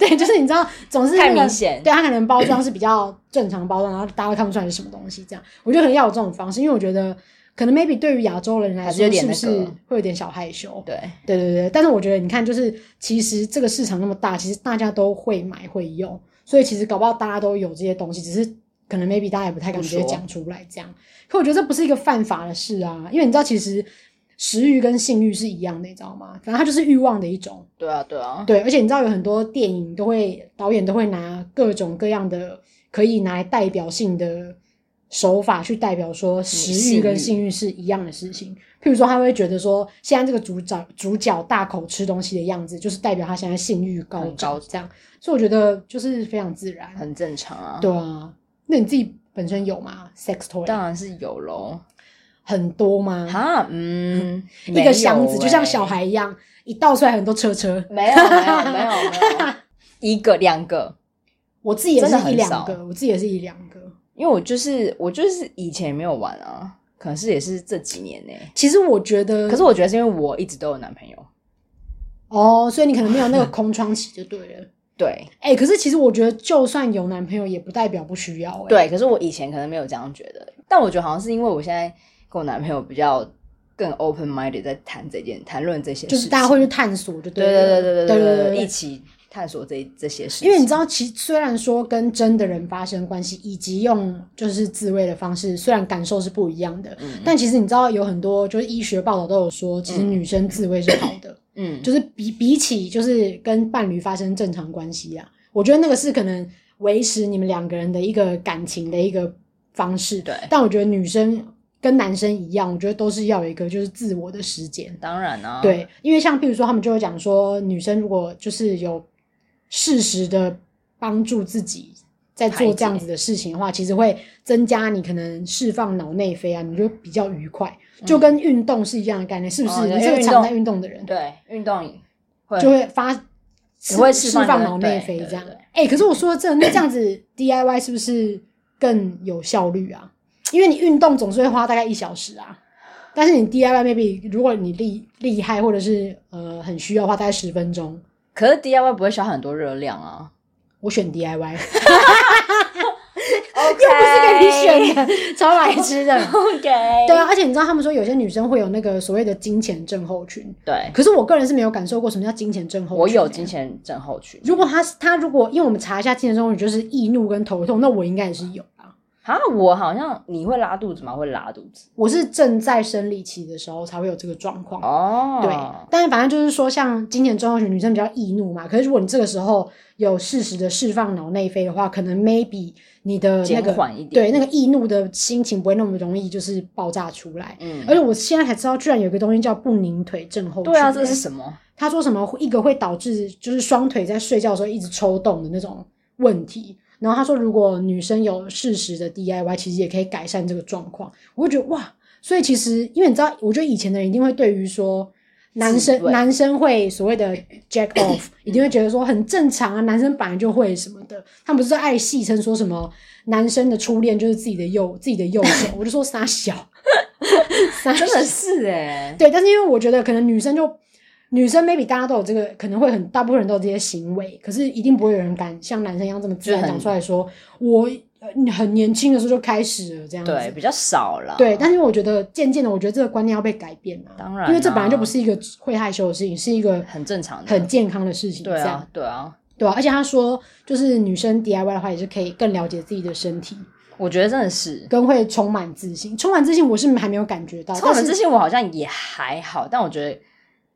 Speaker 4: 对，就是你知道，总是、那个、
Speaker 5: 太明显
Speaker 4: 对它可能包装是比较正常包装，然后大家都看不出来是什么东西。这样，我觉得可能要有这种方式，因为我觉得可能 maybe 对于亚洲人来
Speaker 5: 还是有
Speaker 4: 说，
Speaker 5: 点
Speaker 4: 是不
Speaker 5: 那
Speaker 4: 是
Speaker 5: 个
Speaker 4: 会有点小害羞？
Speaker 5: 对，
Speaker 4: 对对对，但是我觉得你看，就是其实这个市场那么大，其实大家都会买会用，所以其实搞不好大家都有这些东西，只是可能 maybe 大家也不太敢
Speaker 5: 不
Speaker 4: 直
Speaker 5: 说
Speaker 4: 接讲出来这样。可我觉得这不是一个犯法的事啊，因为你知道，其实食欲跟性欲是一样的，你知道吗？反正它就是欲望的一种。
Speaker 5: 对啊，对啊，
Speaker 4: 对，而且你知道有很多电影都会导演都会拿各种各样的可以拿来代表性的手法去代表说食
Speaker 5: 性
Speaker 4: 欲跟
Speaker 5: 欲
Speaker 4: 性欲是一样的事情。譬如说，他会觉得说，现在这个主角主角大口吃东西的样子，就是代表他现在性欲高
Speaker 5: 很
Speaker 4: 涨
Speaker 5: 高
Speaker 4: 这样。所以我觉得就是非常自然。
Speaker 5: 很正常啊。
Speaker 4: 对啊，那你自己本身有吗？sex toy
Speaker 5: 当然是有喽。
Speaker 4: 很多吗？
Speaker 5: 哈，嗯，
Speaker 4: 一个箱子
Speaker 5: 没有
Speaker 4: 就像
Speaker 5: 欸
Speaker 4: 小孩一样，一倒出来很多车车。
Speaker 5: 没有没有没有没 有一个两个，
Speaker 4: 我自己也
Speaker 5: 真
Speaker 4: 是
Speaker 5: 的
Speaker 4: 一
Speaker 5: 很
Speaker 4: 两
Speaker 5: 少
Speaker 4: 个，我自己也是一两个。
Speaker 5: 因为我就是我就是以前没有玩啊，可能是也是这几年呢、
Speaker 4: 其实我觉得，
Speaker 5: 可是我觉得是因为我一直都有男朋友，
Speaker 4: 哦，所以你可能没有那个空窗期就对 了。
Speaker 5: 对
Speaker 4: 哎、可是其实我觉得，就算有男朋友，也不代表不需要、欸。
Speaker 5: 对，可是我以前可能没有这样觉得，但我觉得好像是因为我现在跟我男朋友比较更 open minded 在谈这件谈论这些事
Speaker 4: 就
Speaker 5: 情，
Speaker 4: 是大家会去探索，就
Speaker 5: 对
Speaker 4: 了。
Speaker 5: 对
Speaker 4: 对
Speaker 5: 对对
Speaker 4: 对
Speaker 5: 对
Speaker 4: 对
Speaker 5: 一起探索这这些事情，
Speaker 4: 因为你知道，其实虽然说跟真的人发生关系，以及用就是自慰的方式，虽然感受是不一样的，
Speaker 5: 嗯
Speaker 4: 但其实你知道有很多就是医学报道都有说，其实
Speaker 5: 嗯
Speaker 4: 女生自慰是好的，
Speaker 5: 嗯
Speaker 4: 就是比比起就是跟伴侣发生正常关系啊，我觉得那个是可能维持你们两个人的一个感情的一个方式。
Speaker 5: 对
Speaker 4: 但我觉得女生跟男生一样，我觉得都是要有一个就是自我的时间。
Speaker 5: 当然啊，
Speaker 4: 对，因为像譬如说，他们就会讲说，女生如果就是有适时的帮助自己在
Speaker 5: 排
Speaker 4: 做
Speaker 5: 解
Speaker 4: 这样子的事情的话，其实会增加你可能释放脑内啡啊，你就比较愉快，就跟运动是一样的概念，是不
Speaker 5: 嗯哦
Speaker 4: 是？
Speaker 5: 对
Speaker 4: 你
Speaker 5: 因
Speaker 4: 这
Speaker 5: 为
Speaker 4: 个
Speaker 5: 运
Speaker 4: 常
Speaker 5: 动
Speaker 4: 在运动的人，
Speaker 5: 对，运动会
Speaker 4: 就会发呃释
Speaker 5: 会释
Speaker 4: 释
Speaker 5: 放你
Speaker 4: 放
Speaker 5: 的
Speaker 4: 脑内
Speaker 5: 对
Speaker 4: 啡
Speaker 5: 对
Speaker 4: 这样
Speaker 5: 对。
Speaker 4: 哎、可是我说真的，那这样子 DIY 是不是更有效率啊？因为你运动总是会花大概一小时啊，但是你 DIY maybe 如果你厉厉害或者是呃很需要的话，大概十分钟。
Speaker 5: 可是 DIY 不会消耗很多热 量啊。
Speaker 4: 我选 DIY，
Speaker 5: 又不
Speaker 4: 又不是给你选的， 超白痴的。
Speaker 5: OK，
Speaker 4: 对啊，而且你知道他们说有些女生会有那个所谓的金钱症候群，
Speaker 5: 对，
Speaker 4: 可是我个人是没有感受过什么叫金钱症候群欸。
Speaker 5: 我有金钱症候群
Speaker 4: 如果他他如果因为我们查一下精神症候群就是易怒跟头痛，那我应该也是有啊。
Speaker 5: 啊，我好像你会拉肚子吗？会拉肚子
Speaker 4: 我是正在生理期的时候才会有这个状况。
Speaker 5: 哦
Speaker 4: 对，但是反正就是说，像经前症候群，女生比较易怒嘛。可是如果你这个时候有适时的释放脑内啡的话，可能 maybe 你的那个
Speaker 5: 减缓一点
Speaker 4: 对那个易怒的心情不会那么容易就是爆炸出来。
Speaker 5: 嗯
Speaker 4: 而且我现在才知道，居然有一个东西叫不宁腿症候群。
Speaker 5: 对啊，这是 什么？
Speaker 4: 他说什么一个会导致就是双腿在睡觉的时候一直抽动的那种问题。然后他说，如果女生有适时的 DIY，其实也可以改善这个状况。我就觉得哇，所以其实因为你知道，我觉得以前的人一定会对于说男
Speaker 5: 自
Speaker 4: 生
Speaker 5: 慰
Speaker 4: 男生会所谓的 jack off，一定会觉得说很正常啊，男生本来就会什么的。他们不是爱戏称说什么男生的初恋就是自己的右自己的右手，我就说 傻小，傻
Speaker 5: 真的
Speaker 4: 小
Speaker 5: 是哎、
Speaker 4: 对，但是欸因为我觉得可能女生就女生 maybe 大家都有这个，可能会很大部分人都有这些行为，可是一定不会有人敢像男生一样这么自然
Speaker 5: 就很
Speaker 4: 讲出来说，我呃很年轻的时候就开始了这样子。
Speaker 5: 对，比较少了。
Speaker 4: 对，但是我觉得渐渐的，我觉得这个观念要被改变了、
Speaker 5: 当然啊
Speaker 4: 因为这本来就不是一个会害羞的事情，是一个
Speaker 5: 很正常的
Speaker 4: 很健康的事情，
Speaker 5: 对
Speaker 4: 这样
Speaker 5: 啊，对啊，
Speaker 4: 对啊。而且他说，就是女生 DIY 的话，也是可以更了解自己的身体，
Speaker 5: 我觉得真的是。
Speaker 4: 跟会充满自信。充满自信，我是还没有感觉到，
Speaker 5: 从我
Speaker 4: 哦但
Speaker 5: 们
Speaker 4: 是
Speaker 5: 之前我好像也还好，但我觉得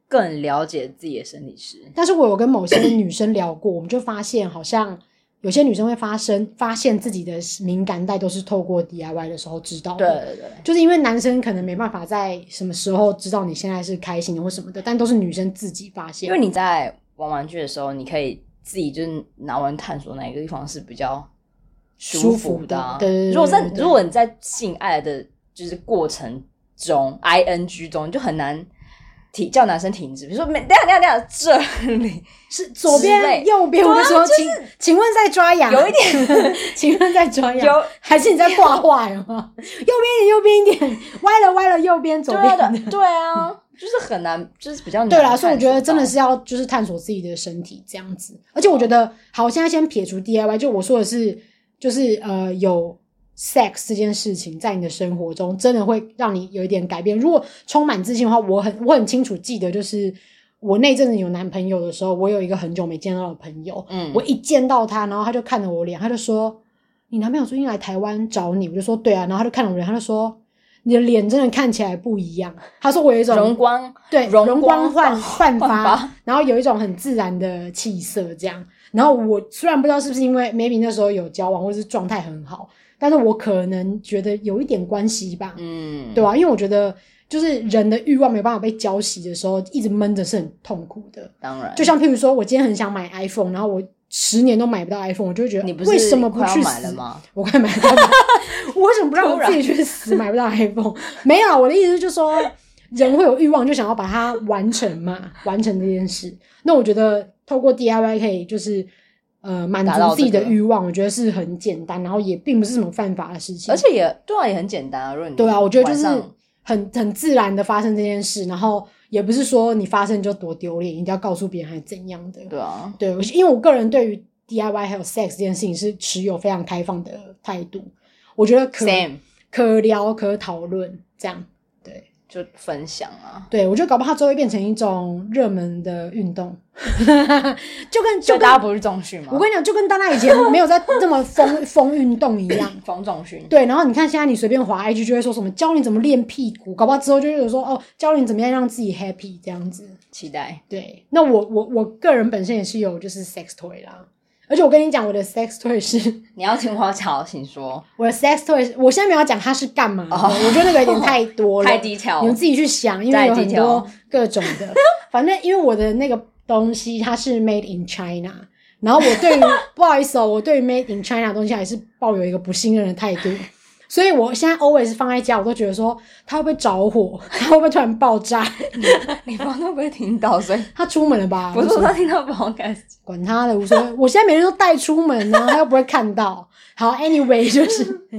Speaker 5: 更了解自己的身体是
Speaker 4: 但是我有跟某些女生聊过，我们就发现好像有些女生会发生发现自己的敏感带都是透过 DIY 的时候知道
Speaker 5: 对
Speaker 4: 的。
Speaker 5: 对对，
Speaker 4: 就是因为男生可能没办法在什么时候知道你现在是开心的或什么的，但都是女生自己发现。
Speaker 5: 因为你在玩玩具的时候，你可以自己就是拿完探索哪一个地方是比较舒服啊
Speaker 4: 舒服的对对对对
Speaker 5: 如果在
Speaker 4: 对对
Speaker 5: 如果你在性爱的就是过程中，I N G 中，你就很难停叫男生停止，比如说没等一下等一下等一下这里
Speaker 4: 是左
Speaker 5: 之类啊
Speaker 4: 边、右边，我就说，请请问在抓痒？
Speaker 5: 有一点，
Speaker 4: 请问在抓痒？
Speaker 5: 有
Speaker 4: 还是你在挂画有 吗？右边一点，右边一点，歪了歪了，右边左
Speaker 5: 对
Speaker 4: 边
Speaker 5: 啊
Speaker 4: 的。
Speaker 5: 对对啊，就是很难，就是比较难
Speaker 4: 对啦，
Speaker 5: 探
Speaker 4: 所以我觉得
Speaker 5: 索
Speaker 4: 真
Speaker 5: 到
Speaker 4: 的是要就是探索自己的身体这样子，而且我觉得好，现在先撇除 DIY，就我说的是，就是呃有 sex 这件事情在你的生活中真的会让你有一点改变。如果充满自信的话，我很我很清楚记得，就是我那阵子有男朋友的时候，我有一个很久没见到的朋友，
Speaker 5: 嗯
Speaker 4: 我一见到他，然后他就看着我脸，他就说：“你男朋友最近来台湾找你？”我就说：“对啊。”然后他就看着我脸，他就说。你的脸真的看起来不一样。他说我有一种
Speaker 5: 荣光
Speaker 4: 对，
Speaker 5: 容
Speaker 4: 容光
Speaker 5: 光
Speaker 4: 焕焕
Speaker 5: 焕
Speaker 4: 发
Speaker 5: 发，
Speaker 4: 然后有一种很自然的气色，这样。然后我虽然不知道是不是因为 maybe 那时候有交往，或是状态很好，但是我可能觉得有一点关系吧，
Speaker 5: 嗯，
Speaker 4: 对吧、啊因为我觉得就是人的欲望没办法被浇熄的时候，一直闷着是很痛苦的。
Speaker 5: 当然
Speaker 4: 就像譬如说，我今天很想买 iPhone，然后我十年都买不到 iPhone，我就会觉得
Speaker 5: 你不是
Speaker 4: 为什么不
Speaker 5: 快要
Speaker 4: 去
Speaker 5: 买
Speaker 4: 死
Speaker 5: 了吗？
Speaker 4: 我快买到了，我为什么不让
Speaker 5: 突
Speaker 4: 我
Speaker 5: 然
Speaker 4: 自己去死买不到 iPhone？没 有啊，我的意思就是说，人会有欲望，就想要把它完成嘛， 完成这件事。那我觉得透过 DIY 可以就是呃满
Speaker 5: 达到
Speaker 4: 足自己
Speaker 5: 这
Speaker 4: 的
Speaker 5: 个
Speaker 4: 欲望，我觉得是很简单，然后也并不是什么犯法的事情，
Speaker 5: 而且也对啊，也很简单啊。如果你
Speaker 4: 对啊，我觉得就
Speaker 5: 晚
Speaker 4: 是
Speaker 5: 上
Speaker 4: 很很自然的发生这件事，然后也不是说你发生就多丢脸，一定要告诉别人还是怎样的。
Speaker 5: 对啊，
Speaker 4: 对，我因为我个人对于 DIY 还有 sex 这件事情是持有非常开放的态度，我觉得可
Speaker 5: Same
Speaker 4: 可聊可讨论这样。对，
Speaker 5: 就分享啊，
Speaker 4: 对我觉得搞不好它最后会变成一种热门的运动， 就跟
Speaker 5: 就
Speaker 4: 就跟
Speaker 5: 大家不是重训吗？
Speaker 4: 我跟你讲，就跟大家以前没有在这么疯疯运动一样。
Speaker 5: 冯重训，
Speaker 4: 对，然后你看现在你随便滑 IG 就会说什么教你怎么练屁股，搞不好之后就会有说哦教你怎么样让自己 happy 这样子。
Speaker 5: 期待
Speaker 4: 对，那我我我个人本身也是有就是 sex toy 啦，而且我跟你讲，我的 sex toy 是
Speaker 5: 你要听花桥，请说，
Speaker 4: 我的 sex toy，是我现在没有要讲它是干嘛的
Speaker 5: 哦
Speaker 4: 我觉得那个有点太多了，
Speaker 5: 太 detail
Speaker 4: 你们自己去想，因为有很
Speaker 5: 太 detail
Speaker 4: 多各种的， 反正因为我的那个东西它是 made in China。然后我对 于不好意思哦，我对于 Made in China 的东西还是抱有一个不信任的态度，所以我现在 always 放在家，我都觉得说它会不会着火，它会不会突然爆炸，
Speaker 5: 你房东不会听到，所以
Speaker 4: 它出门了吧？
Speaker 5: 不是
Speaker 4: 我
Speaker 5: 说
Speaker 4: 说
Speaker 5: 他听到不好感，
Speaker 4: 管他的，无所谓。我现在每天都带出门呢、他又不会看到。好，anyway，就是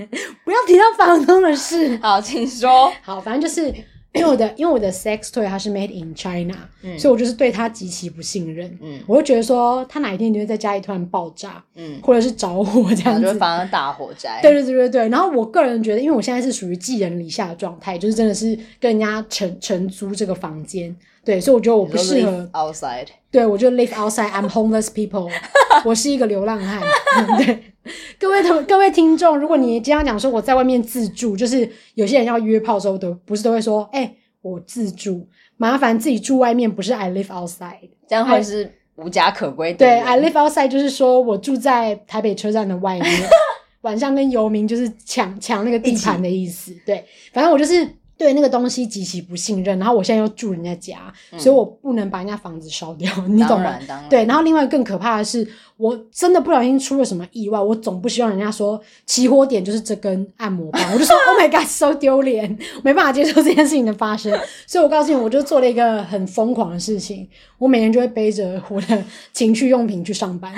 Speaker 4: 不要提到房东的事。
Speaker 5: 好，请说，
Speaker 4: 好，反正就是因为 我的，因为我的 sex toy 它是 made in China，、
Speaker 5: 嗯
Speaker 4: 所以我就是对它极其不信任。
Speaker 5: 嗯
Speaker 4: 我就觉得说，它哪一天一定会在家里突然爆炸，
Speaker 5: 嗯，
Speaker 4: 或者是着火这
Speaker 5: 然后
Speaker 4: 样
Speaker 5: 就会
Speaker 4: 子。
Speaker 5: 发生大火灾，
Speaker 4: 对对对对对，然后我个人觉得，因为我现在是属于寄人篱下的状态，就是真的是跟人家承承租这个房间，对，所以我觉得我
Speaker 5: 你
Speaker 4: 不
Speaker 5: 说
Speaker 4: 适
Speaker 5: live
Speaker 4: 合
Speaker 5: outside，
Speaker 4: 对，我就 live outside，I'm homeless people，我 是一个流浪汉。 对，各位同各位听众，如果你经常讲说我在外面自助，就是有些人要约炮的时候都不是都会说，哎、我自助，麻烦自己住外面，不是 I live outside。
Speaker 5: 这样会是无家可归的
Speaker 4: 哎对
Speaker 5: 人。
Speaker 4: ，I live outside 就是说我住在台北车站的外面，晚上跟游民就是抢抢那个地盘的意思。对，反正我就是。对那个东西极其不信任，然后我现在又住人家家，所以我不能把人家房子烧掉，你懂
Speaker 5: 当
Speaker 4: 吗？
Speaker 5: 然当然，
Speaker 4: 对，然后另外更可怕的是，我真的不小心出了什么意外，我总不希望人家说起火点就是这根按摩棒，我就说 Oh my God，so 丢脸，没办法接受这件事情的发生。所以我告诉你，我就做了一个很疯狂的事情，我每天就会背着我的情趣用品去上班，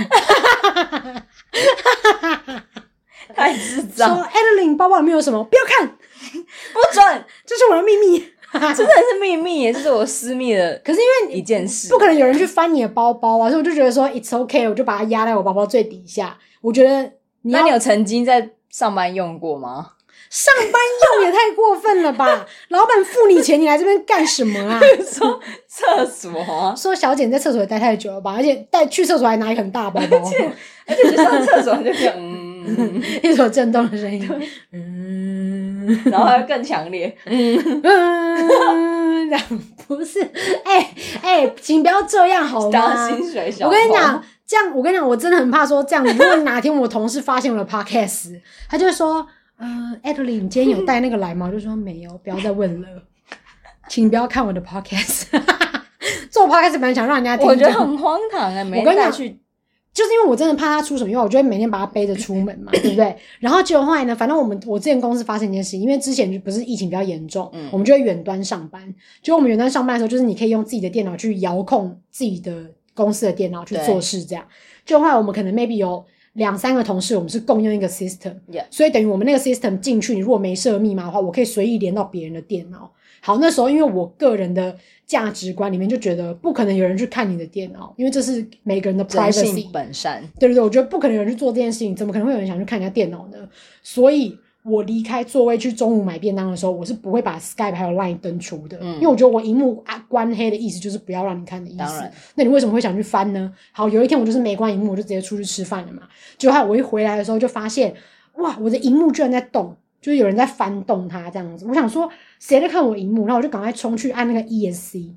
Speaker 5: 太智
Speaker 4: 说
Speaker 5: 障，
Speaker 4: 哦 Adeline 包包里面有什么，不要看，
Speaker 5: 不准，
Speaker 4: 这是我的秘密。
Speaker 5: 真的是秘密耶，这是我私密的
Speaker 4: 可是因为
Speaker 5: 一件事，
Speaker 4: 不可能有人去翻你的包包啊，所以我就觉得说 It's okay，我就把它压在我包包最底下。我觉得你
Speaker 5: 那
Speaker 4: 要
Speaker 5: 你有曾经在上班用过吗？
Speaker 4: 上班用也太过分了 吧！老板付你钱，你来这边干什么 啊？
Speaker 5: 说 厕所啊，
Speaker 4: 说小姐你在厕所也待太久了吧，而且带去厕所还拿一个很大包包，
Speaker 5: 而且去上厕所就这样，嗯嗯嗯
Speaker 4: 一直有震动的声音，嗯
Speaker 5: 嗯然后还更强烈，嗯，
Speaker 4: 嗯，然后不是，哎、哎、请不要这样好
Speaker 5: 当
Speaker 4: 吗？
Speaker 5: 薪水小
Speaker 4: 我跟你
Speaker 5: 偷
Speaker 4: 讲，，这样我跟你讲，我真的很怕说这样。如果哪天我同事发现我的 podcast，他就会说：“呃 a d e l i n 你今天有带那个来 吗？”我就说没有，不要再问了，请不要看我的 podcast。做 podcast 本来想让人家听，
Speaker 5: 我觉得
Speaker 4: 这样
Speaker 5: 很荒唐哎，没
Speaker 4: 我跟你
Speaker 5: 带
Speaker 4: 讲
Speaker 5: 去，
Speaker 4: 就是因为我真的怕他出什么意外，我就会每天把他背着出 门嘛，对不对？然后结果后来呢，反正我们我之前公司发生一件事情，因为之前就不是疫情比较严重，
Speaker 5: 嗯
Speaker 4: 我们就会远端上班。结果我们远端上班的时候，就是你可以用自己的电脑去遥控自己的公司的电脑去做事，这样。就后来我们可能 maybe 有两三个同事，我们是共用一个 system，、
Speaker 5: Yeah
Speaker 4: 所以等于我们那个 system 进去，你如果没设密码的话，我可以随意连到别人的电脑。好，那时候因为我个人的价值观里面就觉得不可能有人去看你的电脑，因为这是每个人的
Speaker 5: 人性
Speaker 4: privacy
Speaker 5: 本善，
Speaker 4: 对对对，我觉得不可能有人去做这件事情，怎么可能会有人想去看人家电脑呢？所以我离开座位去中午买便当的时候，我是不会把 Skype 还有 Line 登出的，
Speaker 5: 嗯
Speaker 4: 因为我觉得我荧幕啊关黑的意思就是不要让你看的意
Speaker 5: 当
Speaker 4: 思
Speaker 5: 然。
Speaker 4: 那你为什么会想去翻呢？好，有一天我就是没关荧幕，我就直接出去吃饭了嘛。结果后来我一回来的时候就发现，哇，我的荧幕居然在动。就是有人在翻动它这样子，我想说谁在看我荧幕，然后我就赶快冲去按那个 ESC，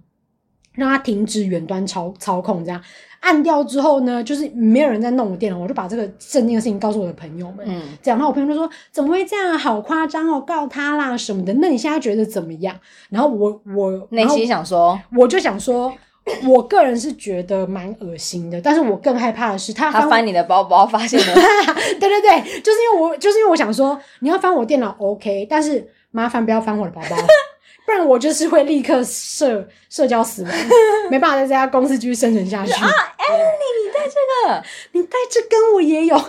Speaker 4: 让它停止远端操操控这样。按掉之后呢，就是没有人在弄我电脑，我就把这个震惊的事情告诉我的朋友们。
Speaker 5: 嗯，
Speaker 4: 这样，然后我朋友就说：“怎么会这样啊？好夸张哦，告他啦什么的。”那你现在觉得怎么样？然后我我
Speaker 5: 内
Speaker 4: 然后
Speaker 5: 心想说，
Speaker 4: 我就想说，我个人是觉得蛮恶心的，但是我更害怕的是他
Speaker 5: 他
Speaker 4: 我
Speaker 5: 翻你的包包，发现 了
Speaker 4: 对对对，就是因为我就是因为我想说，你要翻我电脑 OK，但是麻烦不要翻我的包包，不然我就是会立刻社社交死亡，没办法在这家公司继续生存下去。啊，
Speaker 5: 个
Speaker 4: 你带这根我也有，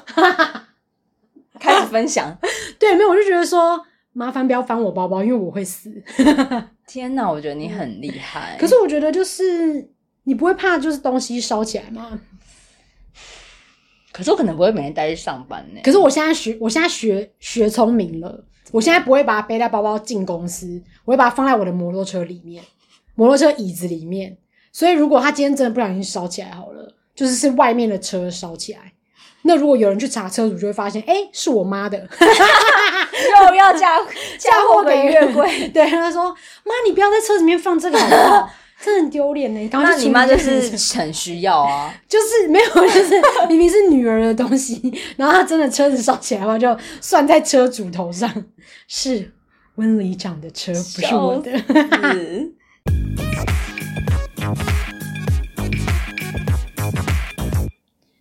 Speaker 5: 开始分享。
Speaker 4: 对，没有我就觉得说麻烦不要翻我包包，因为我会死。
Speaker 5: 天哪，我觉得你很厉害。
Speaker 4: 可是我觉得就是你不会怕就是东西烧起来吗？
Speaker 5: 可是我可能不会每天带去上班呢。
Speaker 4: 可是我现在学，我现在学学聪明了，我现在不会把它背在包包进公司，我会把它放在我的摩托车里面，摩托车椅子里面。所以如果它今天真的不小心烧起来好了，就是是外面的车烧起来。那如果有人去查车主，就会发现，哎、是我妈的，
Speaker 5: 又要嫁嫁祸给月桂，
Speaker 4: 对，他说，妈，你不要在车子里面放这个好不好？真的很丢脸呢。赶快 去
Speaker 5: 那你
Speaker 4: 处理
Speaker 5: 妈
Speaker 4: 这
Speaker 5: 就
Speaker 4: 件事
Speaker 5: 是
Speaker 4: 情
Speaker 5: 很需要啊。
Speaker 4: 就是没有，就是明明是女儿的东西，然后她真的车子烧起来的话，就算在车主头上。是温里长的车，不是我的。
Speaker 5: 嗯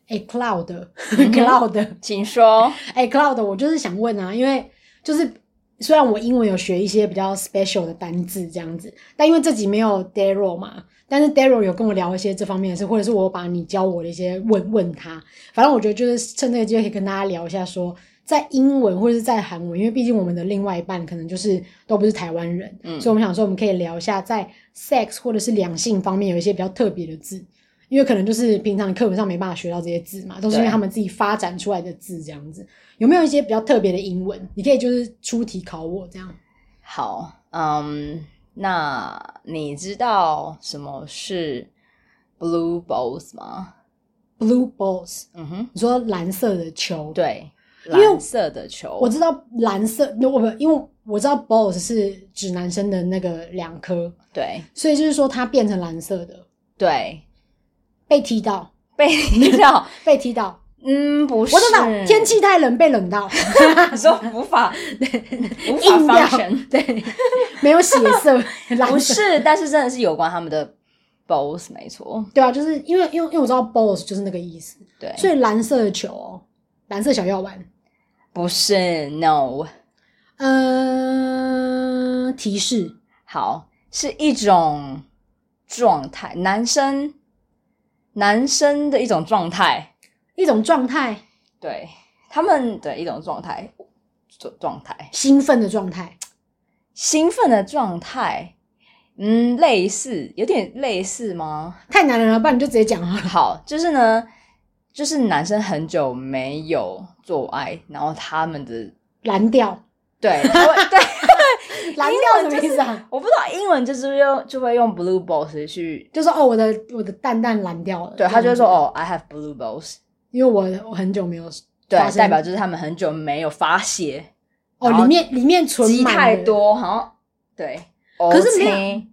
Speaker 4: 哎、c l o u d c l o u d
Speaker 5: 请说，
Speaker 4: 哎、c l o u d 我就是想问啊，因为就是虽然我英文有学一些比较 special 的单字这样子，但因为这集没有 Daryl 嘛，但是 Daryl 有跟我聊一些这方面的事，或者是我有把你教我的一些问问他，反正我觉得就是趁这个机会可以跟大家聊一下说。在英文或者是在韩文，因为毕竟我们的另外一半可能就是都不是台湾人，
Speaker 5: 嗯
Speaker 4: 所以我们想说我们可以聊一下在 sex 或者是两性方面有一些比较特别的字，因为可能就是平常课本上没办法学到这些字嘛，都是因为
Speaker 5: 对
Speaker 4: 他们自己发展出来的字这样子。有没有一些比较特别的英文？你可以就是出题考我这样。
Speaker 5: 好，嗯，那你知道什么是 blue balls 吗？
Speaker 4: Blue balls，
Speaker 5: 嗯哼，
Speaker 4: 你说蓝色的球，，
Speaker 5: 对，
Speaker 4: 为
Speaker 5: 蓝色的球，
Speaker 4: 我知道蓝色，那我不，因为我知道 balls 是指男生的那个两颗，
Speaker 5: 对
Speaker 4: 所以就是说它变成蓝色的，
Speaker 5: 对，
Speaker 4: 被踢到，
Speaker 5: 被你知道，
Speaker 4: 被踢到，
Speaker 5: 嗯，不是，
Speaker 4: 我知道天气啊太冷被冷 到，
Speaker 5: 你说无 法无
Speaker 4: 硬
Speaker 5: 法
Speaker 4: 掉
Speaker 5: function，，
Speaker 4: 对，没有血色，蓝
Speaker 5: 不
Speaker 4: 色
Speaker 5: 是，但是真的是有关他们的 boss，没错，
Speaker 4: 对啊，就是因为因为因为我知道 balls 就是那个意思，
Speaker 5: 对，
Speaker 4: 所以蓝色的球哦，蓝色小药丸，
Speaker 5: 不是 no，
Speaker 4: 呃，提示
Speaker 5: 好，是一种状态，男生男生的一种状态，
Speaker 4: 一种状态，
Speaker 5: 对他们的一种状态，状状态，
Speaker 4: 兴奋的状态，
Speaker 5: 兴奋的状态，嗯，类似，有点类似吗？
Speaker 4: 太难了，不然你就直接讲啊好了。
Speaker 5: 好，就是呢，就是男生很久没有做爱，然后他们的
Speaker 4: 蓝调，
Speaker 5: 对，他会 对，
Speaker 4: 蓝
Speaker 5: 英
Speaker 4: 调
Speaker 5: 文
Speaker 4: 什么意思啊？
Speaker 5: 我不知道英文就是用就会用 blue balls 去，
Speaker 4: 就说哦，我的我的蛋蛋蓝掉了，
Speaker 5: 对他就会
Speaker 4: 是
Speaker 5: 说，哦，I have blue balls，
Speaker 4: 因为我我很久没有
Speaker 5: 对
Speaker 4: 发，生
Speaker 5: 代表就是他们很久没有发泄，
Speaker 4: 哦，
Speaker 5: 然后
Speaker 4: 里面里面存
Speaker 5: 积
Speaker 4: 满
Speaker 5: 太
Speaker 4: 了，
Speaker 5: 多，好像对，
Speaker 4: 可是没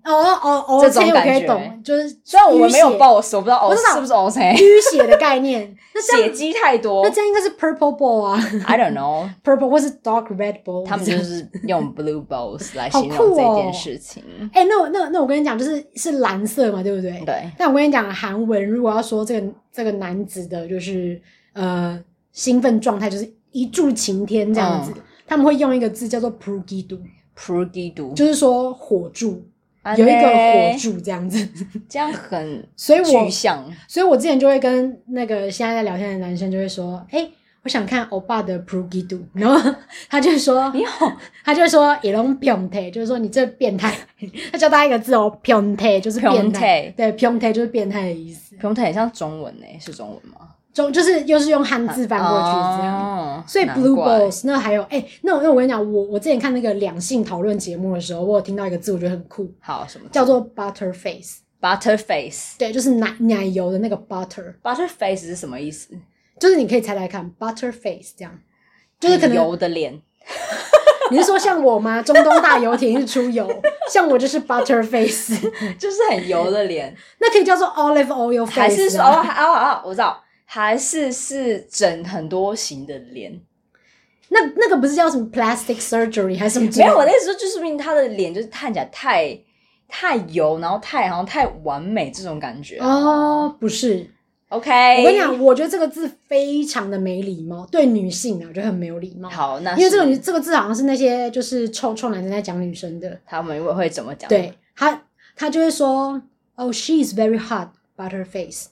Speaker 4: 有
Speaker 5: OK
Speaker 4: 哦哦哦，
Speaker 5: 这种
Speaker 4: 这我可
Speaker 5: 感
Speaker 4: 以
Speaker 5: 觉
Speaker 4: 懂，就是
Speaker 5: 虽然我们没有
Speaker 4: 淤血
Speaker 5: balls，我不知道
Speaker 4: 我
Speaker 5: O
Speaker 4: 知道
Speaker 5: 是不是 O C，
Speaker 4: 淤血的概 念，那这
Speaker 5: 血
Speaker 4: 样
Speaker 5: 积太多
Speaker 4: 那这样应该是 purple ball 啊
Speaker 5: ，I don't know，
Speaker 4: ，purple 或是 dark red ball，
Speaker 5: 他们就是用 blue balls 来
Speaker 4: 好
Speaker 5: 形容
Speaker 4: 酷
Speaker 5: 这
Speaker 4: 哦
Speaker 5: 件事情，
Speaker 4: 哎、那我那那我跟你讲，就是是蓝色嘛，对不对？
Speaker 5: 对。
Speaker 4: 但我跟你讲，韩文如果要说这个这个男子的，就是呃兴奋状态，就是一柱擎天这样子，
Speaker 5: 嗯
Speaker 4: 他们会用一个字叫做 “prugidu”，
Speaker 5: Prudy 毒，
Speaker 4: 就是说火柱，
Speaker 5: 啊
Speaker 4: 有一个
Speaker 5: 嘞
Speaker 4: 火，柱这样子。
Speaker 5: 这样很
Speaker 4: 所以我
Speaker 5: 具象。
Speaker 4: 所以我之前就会跟那个现在在聊天的男生就会说，哎、我想看欧巴的 prugidu，然后 他就说，
Speaker 5: 你好，
Speaker 4: 他就会说 e l o n p i o n t e 就是说你这变态。 他教大家一个字哦 p i o n t e 就是变态
Speaker 5: Pyeongtae，
Speaker 4: 对 p i o n t e 就是变态的意思。
Speaker 5: 平台很像中文呢、是中文吗？
Speaker 4: 中就是又是用汉字翻过去这样。
Speaker 5: 哦
Speaker 4: 所以
Speaker 5: 难
Speaker 4: blue
Speaker 5: 怪
Speaker 4: balls 那还有哎、那我那我跟你讲，我我之前看那个两性讨论节目的时候，我有听到一个字，我觉得很酷，
Speaker 5: 好什么
Speaker 4: 叫做 butter face。
Speaker 5: butterface。
Speaker 4: 对，就是奶奶油的那个 butter，
Speaker 5: butterface 是什么意思？
Speaker 4: 就是你可以猜猜看，butter face 这样，就是可
Speaker 5: 很
Speaker 4: 能
Speaker 5: 油 的脸，
Speaker 4: 你是说像我吗？中东大油田一直出油，像我就是 butter face，
Speaker 5: 就是很油的脸，
Speaker 4: 那可以叫做 olive oil face，、啊、
Speaker 5: 还是说哦哦哦，我知道，还是是整很多型的脸。
Speaker 4: 那那个不是叫什么 plastic surgery 还是什么之
Speaker 5: 没
Speaker 4: 类？
Speaker 5: 有，我的意思说，就是因为他的脸就是看起来太太油，然后太好像太完美这种感觉。
Speaker 4: 哦，不是，
Speaker 5: ，OK，
Speaker 4: 我跟你讲，我觉得这个字非常的没礼貌，对女性啊，我觉得很没有礼貌。
Speaker 5: 好，那
Speaker 4: 因为这个
Speaker 5: 是
Speaker 4: 女这个字好像是那些就是臭臭男生在讲女生的，
Speaker 5: 他们会会怎么讲？
Speaker 4: 对他他就会说，Oh, she is very hot, but her face,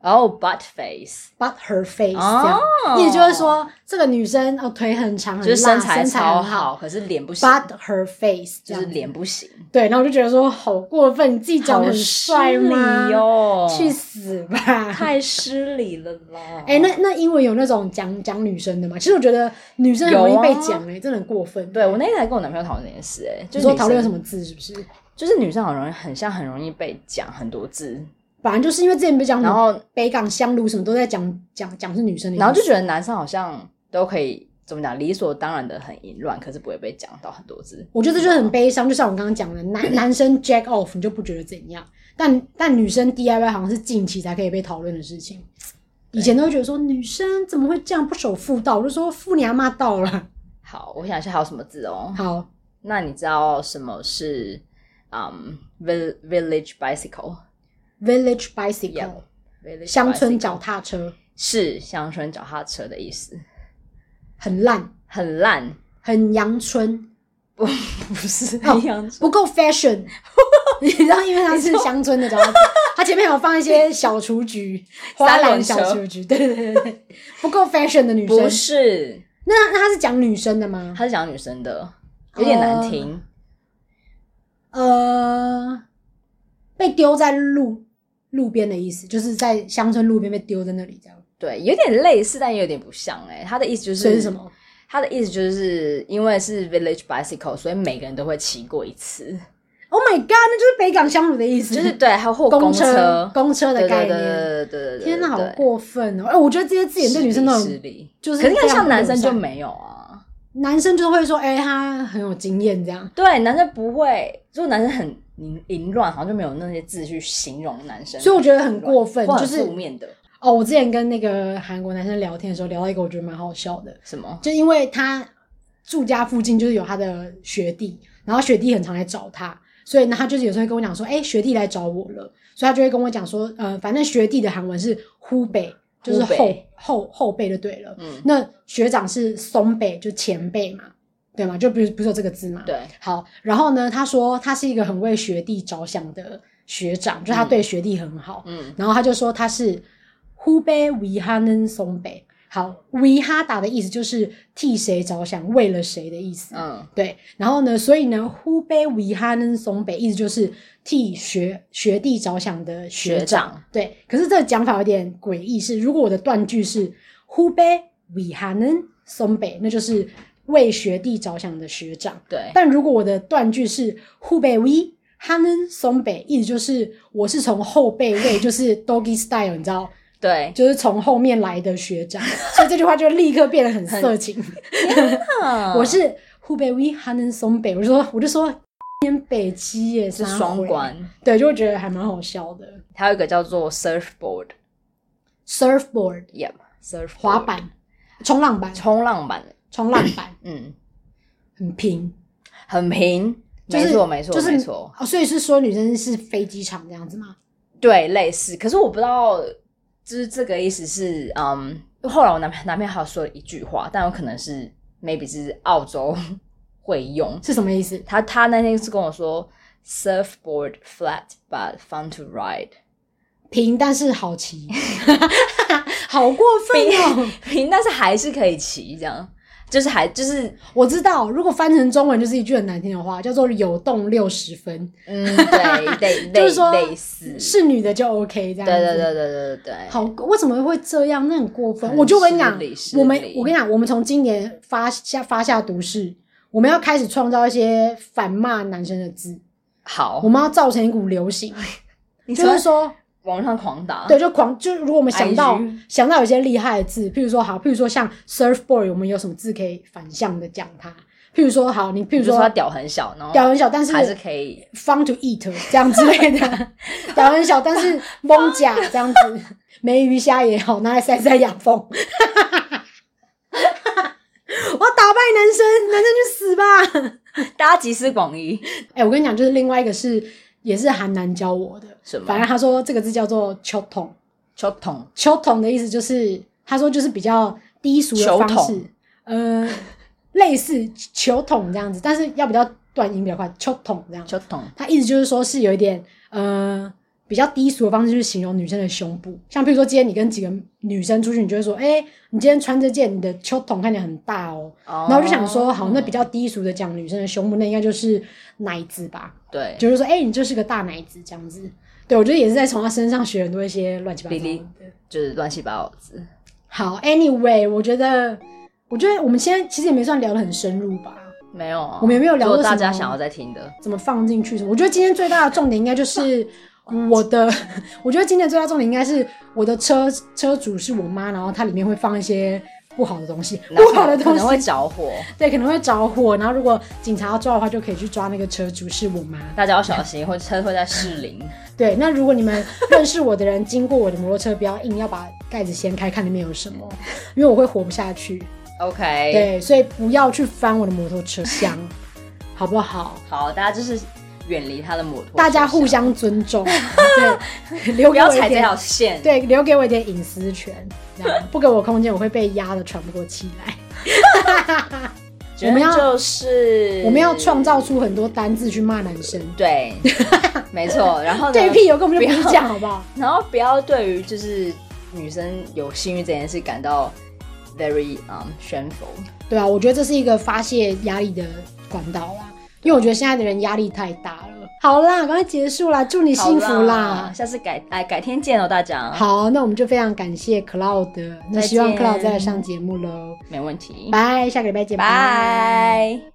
Speaker 5: 然后 Oh, butt face
Speaker 4: but her face，、
Speaker 5: 哦
Speaker 4: 这样，意思就是说这个女生哦腿很长，很
Speaker 5: 就是
Speaker 4: 辣
Speaker 5: 身材
Speaker 4: 身材
Speaker 5: 超
Speaker 4: 很
Speaker 5: 好，可是脸不行，
Speaker 4: ，but her face 这样
Speaker 5: 就是
Speaker 4: 子
Speaker 5: 脸不行，
Speaker 4: 对，然后我就觉得说好过分，你自己长得很帅吗？
Speaker 5: 哟，
Speaker 4: 去死吧！
Speaker 5: 哦太失礼了啦！
Speaker 4: 哎、那那英文有那种讲讲女生的吗？其实我觉得女生很容易
Speaker 5: 有啊
Speaker 4: 被讲哎、真的很过分。
Speaker 5: 对我那天还跟我男朋友讨论这件事、哎，就
Speaker 4: 你
Speaker 5: 是
Speaker 4: 说
Speaker 5: 女
Speaker 4: 讨论
Speaker 5: 生
Speaker 4: 什么，字是不是？
Speaker 5: 就是女生很容易，很像很容易被讲很多字，
Speaker 4: 反正就是因为之前不是讲什么
Speaker 5: 然后
Speaker 4: 北港香炉什么都在讲讲讲是女生的意思，
Speaker 5: 然后就觉得男生好像都可以怎么讲，理所当然的很淫乱，可是不会被讲到很多字。
Speaker 4: 我觉得这就很悲伤。就像我刚刚讲的， 男男生 jack off 你就不觉得怎样，但但女生 DIY 好像是近期才可以被讨论的事情。以前都会觉得说女生怎么会这样不守妇道，我就说妇你阿妈到了。
Speaker 5: 好，我想一下还有什么字哦。
Speaker 4: 好，
Speaker 5: 那你知道什么是嗯、vil- village bicycle？
Speaker 4: Village bicycle，、
Speaker 5: Yep, village
Speaker 4: 乡村
Speaker 5: bicycle
Speaker 4: 脚踏车，
Speaker 5: 是乡村脚踏车的意思，
Speaker 4: 很烂，
Speaker 5: 很烂，
Speaker 4: 很阳春，
Speaker 5: 不不是
Speaker 4: 哦
Speaker 5: 一样子。
Speaker 4: 不够 fashion。你知道，因为它是乡村的脚踏车，它前面有放一些小雏 菊，花
Speaker 5: 三
Speaker 4: 篮
Speaker 5: 轮车
Speaker 4: 小雏菊，对对对对对，不够 fashion 的女生。
Speaker 5: 不是，
Speaker 4: 那那它是讲女生的吗？
Speaker 5: 他是讲女生的，有点难
Speaker 4: 哦
Speaker 5: 听。
Speaker 4: 呃，被丢在路路边的意思，就是在乡村路边被丢在那里这样。
Speaker 5: 对，有点类似，但也有点不像哎、欸。他的意思就是
Speaker 4: 所以是什么？？
Speaker 5: 他的意思就是因为是 village bicycle，所以每个人都会骑过一次，
Speaker 4: ？Oh my god，那就是北港香炉的意思，
Speaker 5: 就是对，还有或
Speaker 4: 公
Speaker 5: 车
Speaker 4: 车、公车的
Speaker 5: 对
Speaker 4: 概
Speaker 5: 对对
Speaker 4: 念。
Speaker 5: 对对对对，
Speaker 4: 天哪，
Speaker 5: 哪，
Speaker 4: 好过分哦！哎、我觉得这些字眼对女生都
Speaker 5: 失
Speaker 4: 很，
Speaker 5: 礼，
Speaker 4: 就是
Speaker 5: 可是你
Speaker 4: 非
Speaker 5: 看
Speaker 4: 常
Speaker 5: 像
Speaker 4: 不
Speaker 5: 男
Speaker 4: 友
Speaker 5: 生就
Speaker 4: 善
Speaker 5: 没有啊。
Speaker 4: 男生就会说，哎、他很有经验这样。
Speaker 5: 对，男生不会，如果男生很淫淫乱，好像就没有那些字去形容男生。
Speaker 4: 所以我觉得很过分
Speaker 5: 或很
Speaker 4: 就是
Speaker 5: 负面的。
Speaker 4: 哦，我之前跟那个韩国男生聊天的时候，聊到一个我觉得蛮好笑的，
Speaker 5: 什么？
Speaker 4: 就因为他住家附近就是有他的学弟，然后学弟很常来找他，所以呢，他就是有时候会跟我讲说，哎、学弟来找我了，所以他就会跟我讲说，呃，反正学弟的韩文是呼北，就是
Speaker 5: 呼
Speaker 4: 后
Speaker 5: 北
Speaker 4: 后后辈就对了。
Speaker 5: 嗯，
Speaker 4: 那学长是松北，就前辈嘛，对吗？就不是不是有这个字嘛？。
Speaker 5: 对，
Speaker 4: 好，然后呢，他说他是一个很为学弟着想的学长，就他
Speaker 5: 嗯
Speaker 4: 对学弟很好。
Speaker 5: 嗯，
Speaker 4: 然后他就说他是呼北维哈嫩松北。好，维哈达的意思就是替谁着想，为了谁的意思。
Speaker 5: 嗯，
Speaker 4: 对，然后呢，所以呢，呼北维哈嫩松北意思就是替学学弟着想的学
Speaker 5: 学
Speaker 4: 长。
Speaker 5: 长
Speaker 4: 对，可是这个讲法有点诡异，是如果我的断句是呼北维哈嫩松北，那就是为学弟着想的学长。
Speaker 5: 对，
Speaker 4: 但如果我的断句是후배 위， 哈嫩松北，意思就是我是从后辈 位，就是 doggy style，你知道，
Speaker 5: 对，
Speaker 4: 就是从后面来的学长， 所以这句话就立刻变得很色情。
Speaker 5: 嗯
Speaker 4: 我是후배 위， 哈嫩松北，我就说我就说天北基耶
Speaker 5: 是
Speaker 4: 撒
Speaker 5: 双
Speaker 4: 回，
Speaker 5: 关，
Speaker 4: 对，就会觉得还蛮好笑的。
Speaker 5: 还有一个叫做 surfboard，yep，surf
Speaker 4: surfboard
Speaker 5: surf
Speaker 4: 滑板、冲浪板、
Speaker 5: 冲浪板，
Speaker 4: 冲浪板
Speaker 5: 嗯，
Speaker 4: 很平，
Speaker 5: 很平，
Speaker 4: 就是
Speaker 5: 没错没错
Speaker 4: 就是
Speaker 5: 没错，
Speaker 4: 哦，所以是说女生是飞机场这样子吗？
Speaker 5: 对，类似。可是我不知道，就是这个意思是，嗯，后来我男朋男朋友还有说了一句话，但有可能是 maybe 是澳洲 会用。
Speaker 4: 是什么意思？
Speaker 5: 他他那天是跟我说，surfboard flat but fun to ride，
Speaker 4: 平，但是好骑，好过分哦！
Speaker 5: 平但是还是可以骑，这样就是还就是
Speaker 4: 我知道，如果翻成中文就是一句很难听的话，叫做“有动六十分
Speaker 5: 嗯，对，类”，
Speaker 4: 就
Speaker 5: 类
Speaker 4: 是说
Speaker 5: 类似，
Speaker 4: 是女的就 OK 这样
Speaker 5: 对
Speaker 4: 子。
Speaker 5: 对对对对对对，
Speaker 4: 好，为什么会这样？那很过分。
Speaker 5: 很
Speaker 4: 我就跟你讲
Speaker 5: 失礼失，礼
Speaker 4: 我们我跟你讲，我们从今年发下发下毒誓，我们要开始创造一些反骂男生的字，
Speaker 5: 好
Speaker 4: 我，们要造成一股流
Speaker 5: 哎
Speaker 4: 行，
Speaker 5: 你
Speaker 4: 就是说，
Speaker 5: 网上狂打，
Speaker 4: 对，就狂，就如果我们想到
Speaker 5: IG
Speaker 4: 想到有些厉害的字，譬如说好，譬如说像 surfboard，我们有什么字可以反向的讲它？譬如说好，你譬
Speaker 5: 比
Speaker 4: 如
Speaker 5: 如说他
Speaker 4: 说
Speaker 5: 屌很小，然后
Speaker 4: 屌很小，但是
Speaker 5: 还是可以
Speaker 4: fun to eat 这样之类 的，屌很小，但是蒙甲这样子，梅鱼虾也好，拿来塞塞牙缝。我要打败男生，男生去死吧！
Speaker 5: 大家集思广益，
Speaker 4: 哎、我跟你讲，就是另外一个是也是韩南教我的，
Speaker 5: 什么
Speaker 4: 反正他说这个字叫做秋桶。
Speaker 5: 秋筒
Speaker 4: 球桶的意思就是，他说就是比较低俗的方
Speaker 5: 球
Speaker 4: 式
Speaker 5: 桶，
Speaker 4: 呃，类似球桶这样子，但是要比较短音比较快，球桶这样。
Speaker 5: 秋筒，
Speaker 4: 他意思就是说是有一点呃比较低俗的方式去形容女生的胸部，像譬如说今天你跟几个女生出去，你就会说，哎、你今天穿这件，你的球桶看起来很大哦。
Speaker 5: 然
Speaker 4: 然后我就想说，好，那比较低俗的讲女生的胸部，那应该就是奶子吧，
Speaker 5: 对，
Speaker 4: 就是说，哎、你就是个大奶子这样子。对，我觉得也是在从他身上学很多一些乱七八糟
Speaker 5: 比例
Speaker 4: 的。
Speaker 5: 就是乱七八糟的字。
Speaker 4: 好，Anyway，我觉得，我觉得我们现在其实也没算聊得很深入吧，
Speaker 5: 没有啊，
Speaker 4: 我们也没有聊
Speaker 5: 如
Speaker 4: 过
Speaker 5: 果大
Speaker 4: 什
Speaker 5: 家
Speaker 4: 么
Speaker 5: 想要再听的，
Speaker 4: 怎么放进去什么？我觉得今天最大的重点应该就是我的， 我觉得今天最大重点应该是我的车车主是我妈，然后它里面会放一些不好的东西，
Speaker 5: 然后
Speaker 4: 不好的
Speaker 5: 可
Speaker 4: 东
Speaker 5: 能会
Speaker 4: 西，
Speaker 5: 着火，
Speaker 4: 对，可能会着火，然后如果警察要抓的话，就可以去抓那个车主是我妈。
Speaker 5: 大家要小心，会车会在失灵。
Speaker 4: 对，那如果你们认识我的人经过我的摩托车，不要硬要把盖子掀开看里面有什么，因为我会活不下去。
Speaker 5: OK，
Speaker 4: 对，所以不要去翻我的摩托车箱，好不好？
Speaker 5: 好，大家就是远离他的摩托，啊
Speaker 4: 大家互相尊 重，对，留
Speaker 5: 不
Speaker 4: 给
Speaker 5: 要
Speaker 4: 我一
Speaker 5: 踩这条
Speaker 4: 点，
Speaker 5: 线。，
Speaker 4: 对，留给我一点隐私权，这样不给我空间，我会被压的喘不过气来。
Speaker 5: 我
Speaker 4: 我们要
Speaker 5: 就是
Speaker 4: 我们要创造出很多单字去骂男生，
Speaker 5: 对，没错。然后呢
Speaker 4: 对屁，有根本就不是
Speaker 5: 不要
Speaker 4: 这样，好不好？
Speaker 5: 然后不要对于就是女生有性欲这件事感到 very um 悬浮。
Speaker 4: 对啊，我觉得这是一个发泄压力的管道啦，因为我觉得现在的人压力太大了。好啦，赶快结束啦，祝你幸福
Speaker 5: 好
Speaker 4: 啦
Speaker 5: 下次改哎改天见哦，大家。，
Speaker 4: 好，那我们就非常感谢 Cloud，那希望
Speaker 5: 再见
Speaker 4: Cloud 再来上节目喽。
Speaker 5: 没问题，
Speaker 4: 拜，下个礼拜见，
Speaker 5: 拜。